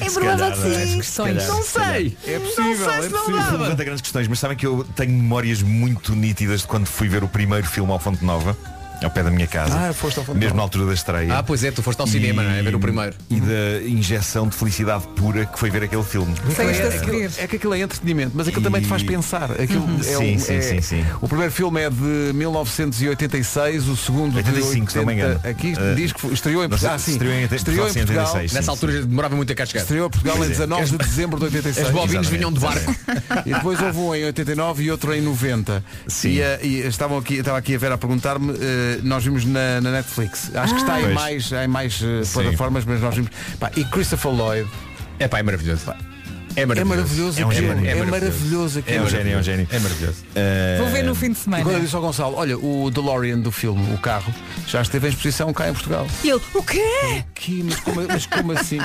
É
provável que calhar, sim. se calhar,
Não
se calhar.
sei.
É
não sei se não
Não
dava.
levanta grandes questões, mas sabem que eu tenho memórias muito nítidas de quando fui ver o primeiro filme ao Fonte Nova, ao pé da minha casa.
Ah, foste ao Fonte
mesmo
Nova.
na altura da estreia.
Ah, pois é, tu foste ao cinema, não é? Ver o primeiro.
E da injeção de felicidade pura que foi ver aquele filme.
é, aquilo- é que aquilo é entretenimento, mas aquilo também te faz pensar. Aquilo
Uhum.
é
Sim,
um-
sim,
é-
sim, sim.
O primeiro filme é de 1986, o segundo
85,
de
se não me
80,
engano.
Aqui
Eh,
diz que estreou em
não sei
Portugal. Ah,
se
sim.
estreou em 80,
Estreou em
sim, em
Portugal.
86,
Nessa altura demorava muito a cá chegar.
Estreou Portugal em
Pois é.
19 de dezembro de 86.
As bobinas vinham de barco.
E depois houve um em 89 e outro em 90. Sim. E, eh, e estavam aqui, estava aqui a Vera a perguntar-me, eh, nós vimos na, na Netflix. Acho que está
Ah.
em
Pois.
mais, em mais eh,
Sim.
plataformas, mas nós vimos. Pá, e Christopher Lloyd.
É pá, é maravilhoso. É
maravilhoso.
É um
aquilo.
gênio.
É maravilhoso aquilo.
É um gênio, é um gênio. Eh,
É maravilhoso.
Vou ver no fim de semana.
E Quando eu disse ao Gonçalo, olha, o DeLorean do filme, o carro, já esteve em exposição cá em Portugal.
E ele, o quê?
Que, mas, como, mas como assim?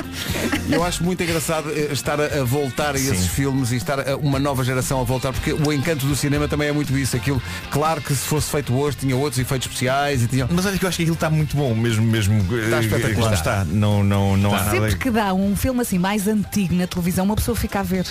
Eu acho muito engraçado eh, estar a a voltar a esses filmes e estar a- uma nova geração a voltar, porque o encanto do cinema também é muito isso. Aquilo, claro que se fosse feito hoje, tinha outros efeitos especiais e tinha.
Mas olha que eu acho que aquilo está muito bom, mesmo, mesmo.
Está
eh,
espetacular.
lá Está. Não, não, não há nada.
Sempre que dá um filme assim mais antigo na televisão, uma pessoa fica a ver.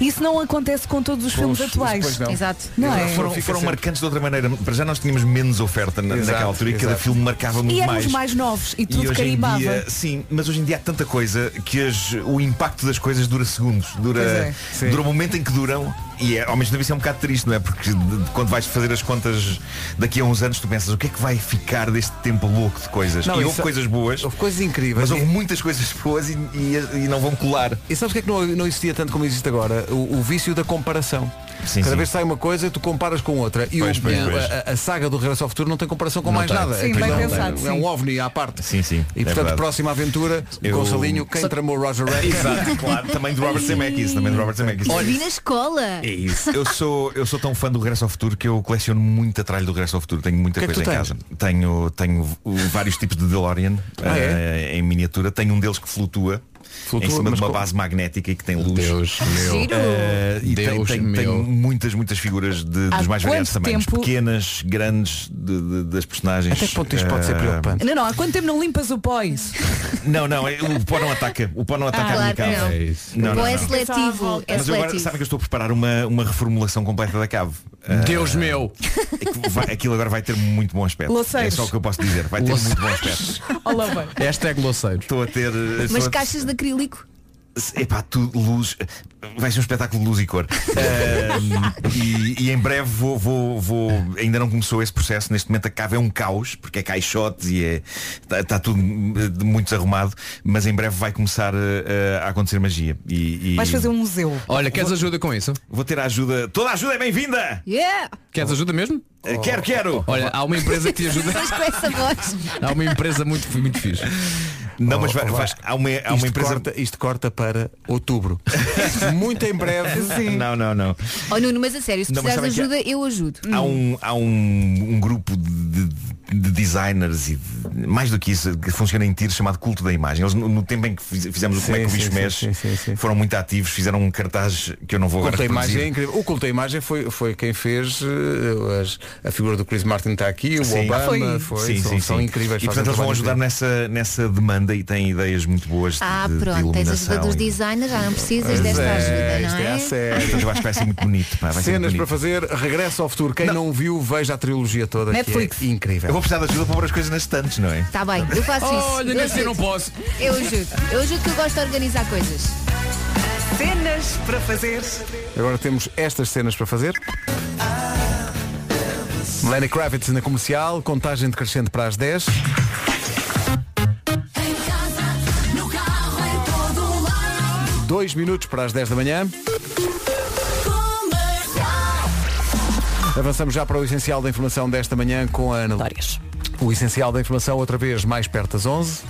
Isso não acontece com todos os
Pois,
filmes atuais.
pois não.
Exato. Não é?
Foram, foram marcantes de outra maneira. Para já nós tínhamos menos oferta na,
Exato,
naquela altura e cada
exato.
filme marcava muito
E éramos
mais.
mais. novos e tudo
hoje em
carimbava.
dia, sim, mas hoje em dia há tanta coisa que as- o impacto das coisas dura segundos, dura,
Pois é. Sim.
dura o momento em que duram e é, ao mesmo tempo isso é um bocado triste, não é? Porque de- de- quando vais fazer as contas daqui a uns anos tu pensas o que é que vai ficar deste tempo louco de coisas.
Não,
e
isso-
houve coisas boas. Houve
coisas incríveis.
Mas houve muitas coisas boas e, e- e não vão colar.
E sabes o que é que não, não existia tanto como existe agora? O, o vício da comparação.
Sim,
Cada
sim.
vez sai uma coisa, tu comparas com outra. E
Pois,
o,
pois,
o-
pois.
A, a saga do Regresso ao Futuro não tem comparação com
Não
mais
tem.
nada.
Sim,
Aquilo
bem
é um-
pensado,
É
sim.
um ovni à parte.
Sim, sim.
E
é
portanto,
verdade.
próxima aventura,
Eu-
Gonçalinho, quem
Só-
tramou Roger Rabbit.
Exato, claro. Também de Robert Zemeckis, também de Robert Zemeckis.
Eu vi na escola.
É isso. Eu sou, eu sou tão fã do Regresso ao Futuro que eu coleciono muito atralho do Regresso ao Futuro. Tenho
O
muita
que é que
coisa
tu
em
tens?
casa. Tenho, tenho uh, vários tipos de DeLorean
Ah,
eh, em miniatura. Tenho um deles que flutua. em cima
mas
de uma
com-
base magnética e que tem luz. Deus
meu. Giro.
e tem-
Deus
tem,
meu.
tenho muitas, muitas figuras de-
Há
dos mais variados
quanto
tamanhos.
tempo-
Pequenas, grandes, de- de- das personagens.
Até que ponto isto pode ser
eh,
preocupante?
Não, não, há quanto tempo não limpas o pó isso?
Não, não, é, o pó não ataca. O pó não ataca
claro
a minha
que
casa.
não. É
isso.
Bom, é seletivo. É
Mas eu agora
seletivo.
sabem que eu estou a preparar uma, uma reformulação completa da cave.
Deus
meu! aquilo agora vai ter muito bom aspecto.
Loceiros.
É só o que eu posso dizer. Vai ter
Loceiros.
muito bom aspecto.
Olá, bem.
Esta é glosseiro. Estou a ter. estou
Mas
a-
caixas de acrílico.
Epá, tu, luz. Vai ser um espetáculo de luz e cor. Ahm, e, e em breve vou, vou, vou. Ainda não começou esse processo. Neste momento a cave é um caos, porque é caixotes e é. Está tudo eh, de- muito desarrumado. Mas em breve vai começar eh, a acontecer magia. E, e-
Vais fazer um museu.
Olha, queres ajuda com isso? Vou ter a ajuda. Toda a ajuda é bem-vinda! Eh,
Yeah!
Queres ajuda mesmo?
Quero, quero!
Olha, há uma empresa que te ajuda.
Mas com essa voz.
Há uma empresa muito, muito fixe.
Não,
mas
vai-
há uma,
Oh, Isto, corta, isto corta para outubro. Muito em breve.
Não, não, não.
Oh Nuno, mas a sério, se
Não, mas
precisares de
sabem que é
ajuda, eu ajudo.
Há um, há um, um grupo de, de- de designers e de- mais do que isso, que funciona em tiros chamado Culto da Imagem. Eles no, no tempo em que fiz- fizemos o Como
Sim,
é que o
sim,
Bicho
sim,
Mexe, foram muito ativos, fizeram um cartaz que eu não vou
O
agora
culto à imagem é
reproduzir.
incrível. O culto à imagem foi, foi quem fez eh, as- a figura do Chris Martin está aqui, o Obama foi,
Sim,
são,
sim,
são
sim.
incríveis. um
E portanto eles vão ajudar nessa, nessa demanda e têm ideias muito boas de,
Ah,
de- de
pronto, tens ajuda
iluminação
dos
e-
designers, já não precisas
Pois
desta
é,
ajuda,
isto
não
é
é?
a sério. Portanto, eu acho que vai ser muito bonito. pá, vai ser
Cenas
muito
para
bonito.
fazer, regresso ao futuro. Quem não, viu, veja a trilogia toda.
Netflix.
Que é incrível.
Eu vou precisar de ajuda para pôr as coisas nas estantes, não é?
Está Tá bem, eu faço isso.
Olha,
Eu
nesse
assim
dia não
ajudo.
posso.
Eu ajudo. Eu ajudo que eu gosto de organizar coisas.
Cenas para fazer.
Agora temos estas cenas para fazer. Lenny Kravitz na comercial, contagem decrescente para as 10. Dois minutos para as 10 da manhã. Avançamos já para o essencial da informação desta manhã com a Ana Lórias. O essencial da informação, outra vez, mais perto das 11.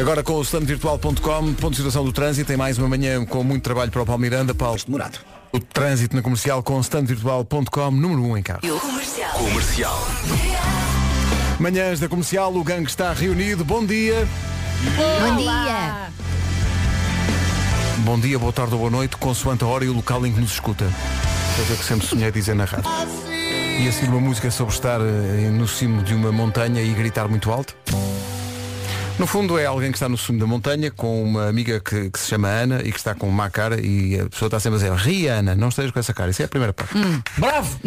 Agora com o slamvirtual.com, ponto de situação do trânsito, tem mais uma manhã com muito trabalho para o Paulo Miranda, Paulo. Demorado. O trânsito na comercial com standvirtual.com, número 1 um em carro.
Comercial.
Manhãs da comercial, o gangue está reunido. Bom dia.
Bom dia.
Bom dia, boa tarde ou boa noite, consoante a hora e o local em que nos escuta. Coisa que sempre sonhei dizer na rádio. E assim uma música sobre estar eh, no cimo de uma montanha e gritar muito alto. No fundo é alguém que está no cimo da montanha com uma amiga que, que se chama Ana e que está com uma má cara e a pessoa está sempre a dizer Ria Ana, não estejas com essa cara. Isso é a primeira parte.
Hum.
Bravo!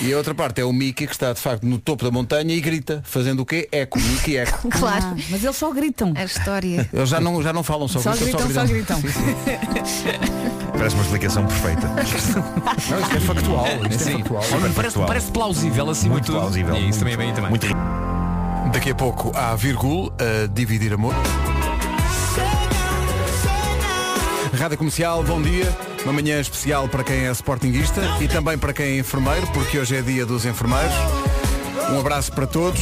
e a outra parte é o Mickey que está de facto no topo da montanha e grita, fazendo o quê? Eco, Mickey eco.
Claro.
mas eles só gritam.
A história.
Eles já não, já não falam só,
Só
gritam,
gritam, só gritam.
Parece uma explicação perfeita.
Não, isto é factual. Isto é
Sim.
factual.
Olha, parece, parece plausível assim muito. plausível. E isso também é bem também.
Daqui a pouco há vírgula a dividir amor. Rádio Comercial, bom dia. Uma manhã especial para quem é sportinguista e também para quem é enfermeiro, porque hoje é dia dos enfermeiros. Um abraço para todos.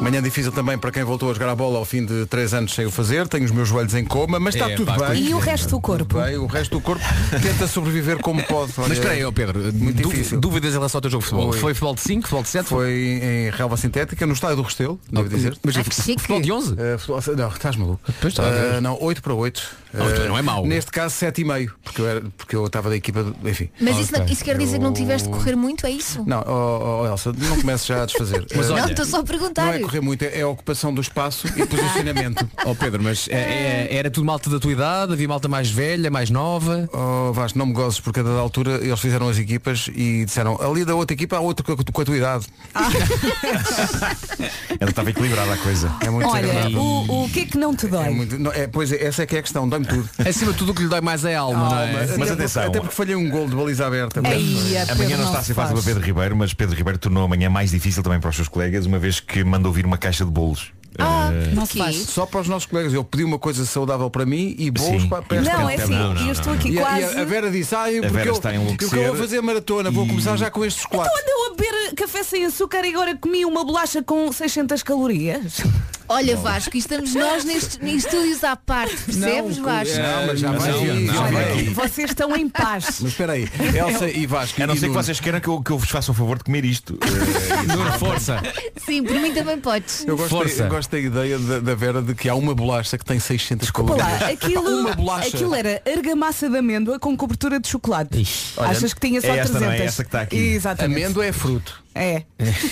Manhã difícil também para quem voltou a jogar a bola ao fim de três anos sem o fazer. Tenho os meus joelhos em coma, mas está
É,
tudo
pá,
bem.
E o resto do corpo?
Bem, o resto do corpo tenta sobreviver como pode. Olha,
Mas espera aí, ó, Pedro,
muito
dú-
difícil.
dúvidas em relação ao teu jogo de futebol.
Oi.
Foi futebol de 5, futebol de 7?
Foi em relva sintética, no estádio do Restelo, devo dizer. Eh,
mas Ah, que chique. futebol de 11?
ah, não, estás maluco.
está,
Ah,
Deus.
não, 8 para 8.
Não, então não é mau.
Neste caso, 7,5, porque eu era- porque eu estava da equipa, do- enfim.
Mas isso, não- isso quer dizer que não
Eu-
tiveste de correr muito, é isso?
Não, oh, oh, Elsa, não comece já a desfazer.
Mas
Ah,
olha,
Não, estou só a perguntar.
não é correr muito, é é a ocupação do espaço e posicionamento.
Ó Oh, Pedro, mas é- é- era tudo malta da tua idade, havia malta mais velha, mais nova.
Oh Vasco, não me gozes, porque a dada altura eles fizeram as equipas e disseram ali da outra equipa há outro com a- com a tua idade.
Ela estava equilibrada a coisa.
É muito
Olha,
desagradável.
o, o que é que não te dói?
É muito- não, é, pois é, essa é que é a questão, dói-me tudo.
Acima de tudo o que lhe dói mais é a alma, não é?
Até porque- Até porque falhei um gol de baliza aberta.
Ei,
Mas-
a
Amanhã não está a ser fácil para Pedro Ribeiro, mas Pedro Ribeiro tornou amanhã mais difícil também para os seus colegas, uma vez que mandou vir uma caixa de bolos.
Ah,
Eh,
não se faz.
Só para os nossos colegas. Eu pedi uma coisa saudável para mim e bolos
Sim.
para, para esta
Não, é
gente.
assim,
Não, não,
eu estou
E
aqui
a, e a-
quase.
a Vera disse, ah, eu,
A
porque
Vera
eu,
está a
porque eu vou
enlouquecer.
fazer maratona, vou começar já com estes quatro.
Então andou a beber café sem açúcar e agora comi uma bolacha com 600 calorias.
Olha Vasco, e estamos nós nestes em estúdios à parte, percebes
Não,
Vasco?
Não, É, mas já
Mas
vai
não,
vir,
não,
já
não.
vai vir.
Vocês estão em paz.
é? Mas espera aí, Elsa e Vasco.
A não
e
ser que
Nuno.
vocês queiram que eu, que eu vos faça o favor de comer isto. Eh,
Nuno, força.
Sim, por mim também podes.
Eu gosto, eu gosto da ideia da, da Vera de que há uma bolacha que tem 600
Desculpa lá,
calorias.
aquilo,
uma bolacha.
aquilo era argamassa de amêndoa com cobertura de chocolate.
olha,
Achas que tinha só
é esta,
300?
não é? Essa que está aqui.
Exatamente.
Amêndoa é fruto.
É.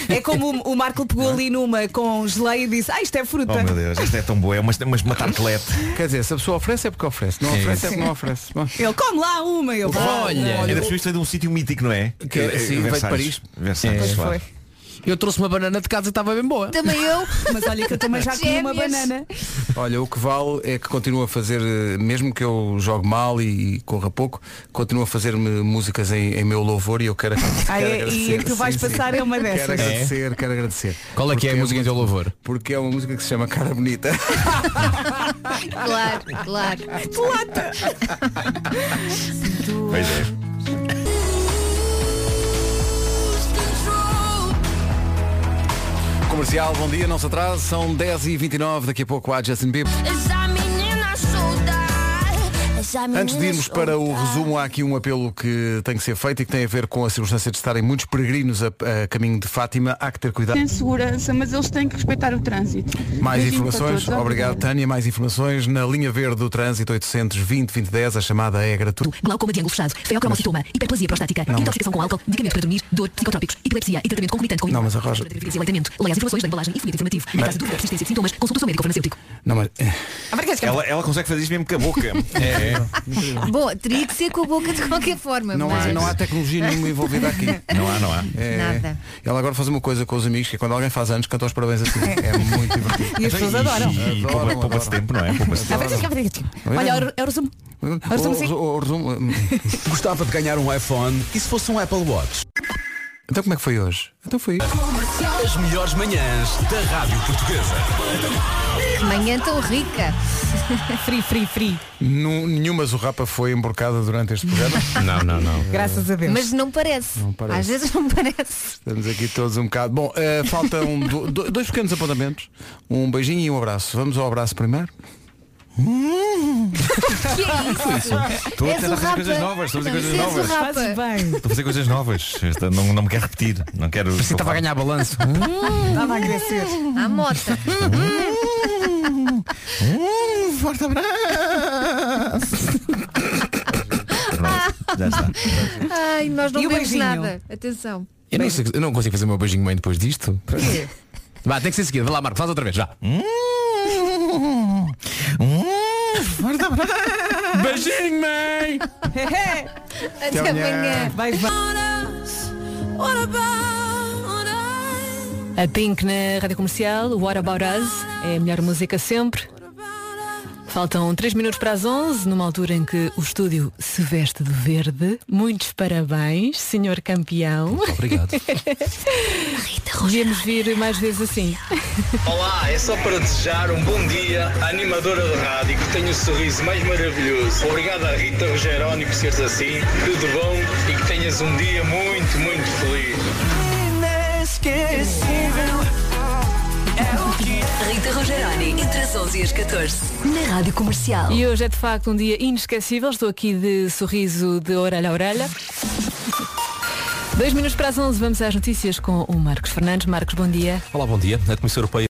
É como o- o Marco pegou ali numa com geleia e disse, ah, isto é fruta.
Oh meu Deus, isto é tão bom, é uma, uma, uma tartelete.
Quer dizer, se a pessoa oferece é porque oferece. Não
Sim.
oferece é porque não
Sim.
oferece.
Ele come lá uma, eu "Ah,
olha,
olha,
ainda percebi isto é de um sítio mítico, não é?
Que é- sim, veio de Paris.
Versalhes,
É.
claro.
Eu trouxe uma banana de casa e estava bem boa.
Também eu.
Mas olha que eu também já comi uma
Gêmeas.
banana.
Olha, o que vale é que continuo a fazer, eh, mesmo que eu jogue mal e, e corra pouco, continuo a fazer-me músicas em, em meu louvor e eu quero,
Ah,
quero
é? E
agradecer.
a que vais passar é uma dessas.
Quero
É?
agradecer, quero agradecer.
Qual é que é a música em teu
louvor? Porque é uma música que se chama Cara Bonita.
Claro, claro.
Plata.
Pois é.
Comercial, bom dia, não se atrase, são 10h29, daqui a pouco há Justin Bieber.
Essa menina solta. Essa menina
Antes de irmos para o resumo, há aqui um apelo que tem que ser feito e que tem a ver com a circunstância de estarem muitos peregrinos a, a caminho de Fátima. Há que ter cuidado.
Tem segurança, mas eles têm que respeitar o trânsito.
Mais
Beijinho para
informações,
todos.
obrigado Tânia, mais informações na linha verde do trânsito 820-2010, a chamada é gratuita.
Glaucoma de ângulo fechado, feocromocitoma, hiperplasia prostática, intoxicação com álcool, medicamento para dormir, dor, psicotrópicos, epilepsia e tratamento concomitante com
Não, mas arroja.
hiperplasia e leitamento. Leia as informações da embalagem e folheto informativo. Em
Mas-
caso de dúvida, persistência de sintomas, consulta o seu médico ou farmacêutico.
Não, mas... eh,
Ela, ela consegue fazer isto mesmo com a boca. é.
Bom, teria que ser com a boca de qualquer forma.
Não
mas...
há, não há é. tecnologia nenhuma envolvida aqui.
Não há, não há.
Nada.
Ela agora faz uma coisa com os amigos, que é quando alguém faz anos, canta os parabéns assim. É muito divertido.
E as pessoas adoram.
E poupa-
Adoram,
poupa-se
adoram.
tempo, não é? Poupa-se tempo.
Olha, é o resumo.
Ou-
assim.
ou- ou resumo, hum. Gostava de ganhar um iPhone e se fosse um Apple Watch. Então como é que foi hoje? Então foi isto.
As melhores manhãs da Rádio Portuguesa.
Que manhã tão rica.
É free, free, free.
Nu- Nenhuma zurrapa foi emborcada durante este programa?
não, não, não.
Graças a Deus.
Mas não parece.
É. Não parece.
Às vezes não parece.
Estamos aqui todos um bocado. Bom, eh, faltam do- do- dois pequenos apontamentos. Um beijinho e um abraço. Vamos ao abraço primeiro.
que é
Foi isso. Estou a tentar fazer coisas novas, estou a fazer coisas novas.
Fazes bem.
Estou a fazer coisas novas. Esta- Não, não me quero repetir. Não quero. Você
estava a ganhar balanço.
Estava a crescer.
À mota.
Um forte abraço.
Já está.
Ai, nós não
E o
vemos
beijinho?
nada. Atenção.
Eu não, sei- eu não consigo fazer o meu beijinho bem depois disto. Vá, tem que ser seguido. Vai lá, Marco, faz outra vez. Já.
Hum.
Beijinho, mãe!
Até amanhã.
Vai,
A Pink na rádio comercial, What About Us, é a melhor música sempre. Faltam 3 minutos para as 11, numa altura em que o estúdio se veste de verde. Muitos parabéns, senhor campeão.
obrigado.
Devíamos vir mais vezes assim.
Olá, é só para desejar um bom dia à animadora de rádio que tem o sorriso mais maravilhoso. Obrigado à Rita Rogeroni por seres assim. Tudo bom e que tenhas um dia muito, muito feliz.
Rita Rogeroni, entre as 11 e as 14, na Rádio Comercial.
E hoje é de facto um dia inesquecível. Estou aqui de sorriso de orelha a orelha. Dois minutos para as 11, vamos às notícias com o Marcos Fernandes. Marcos, bom dia.
Olá, bom dia. A Comissão Europeia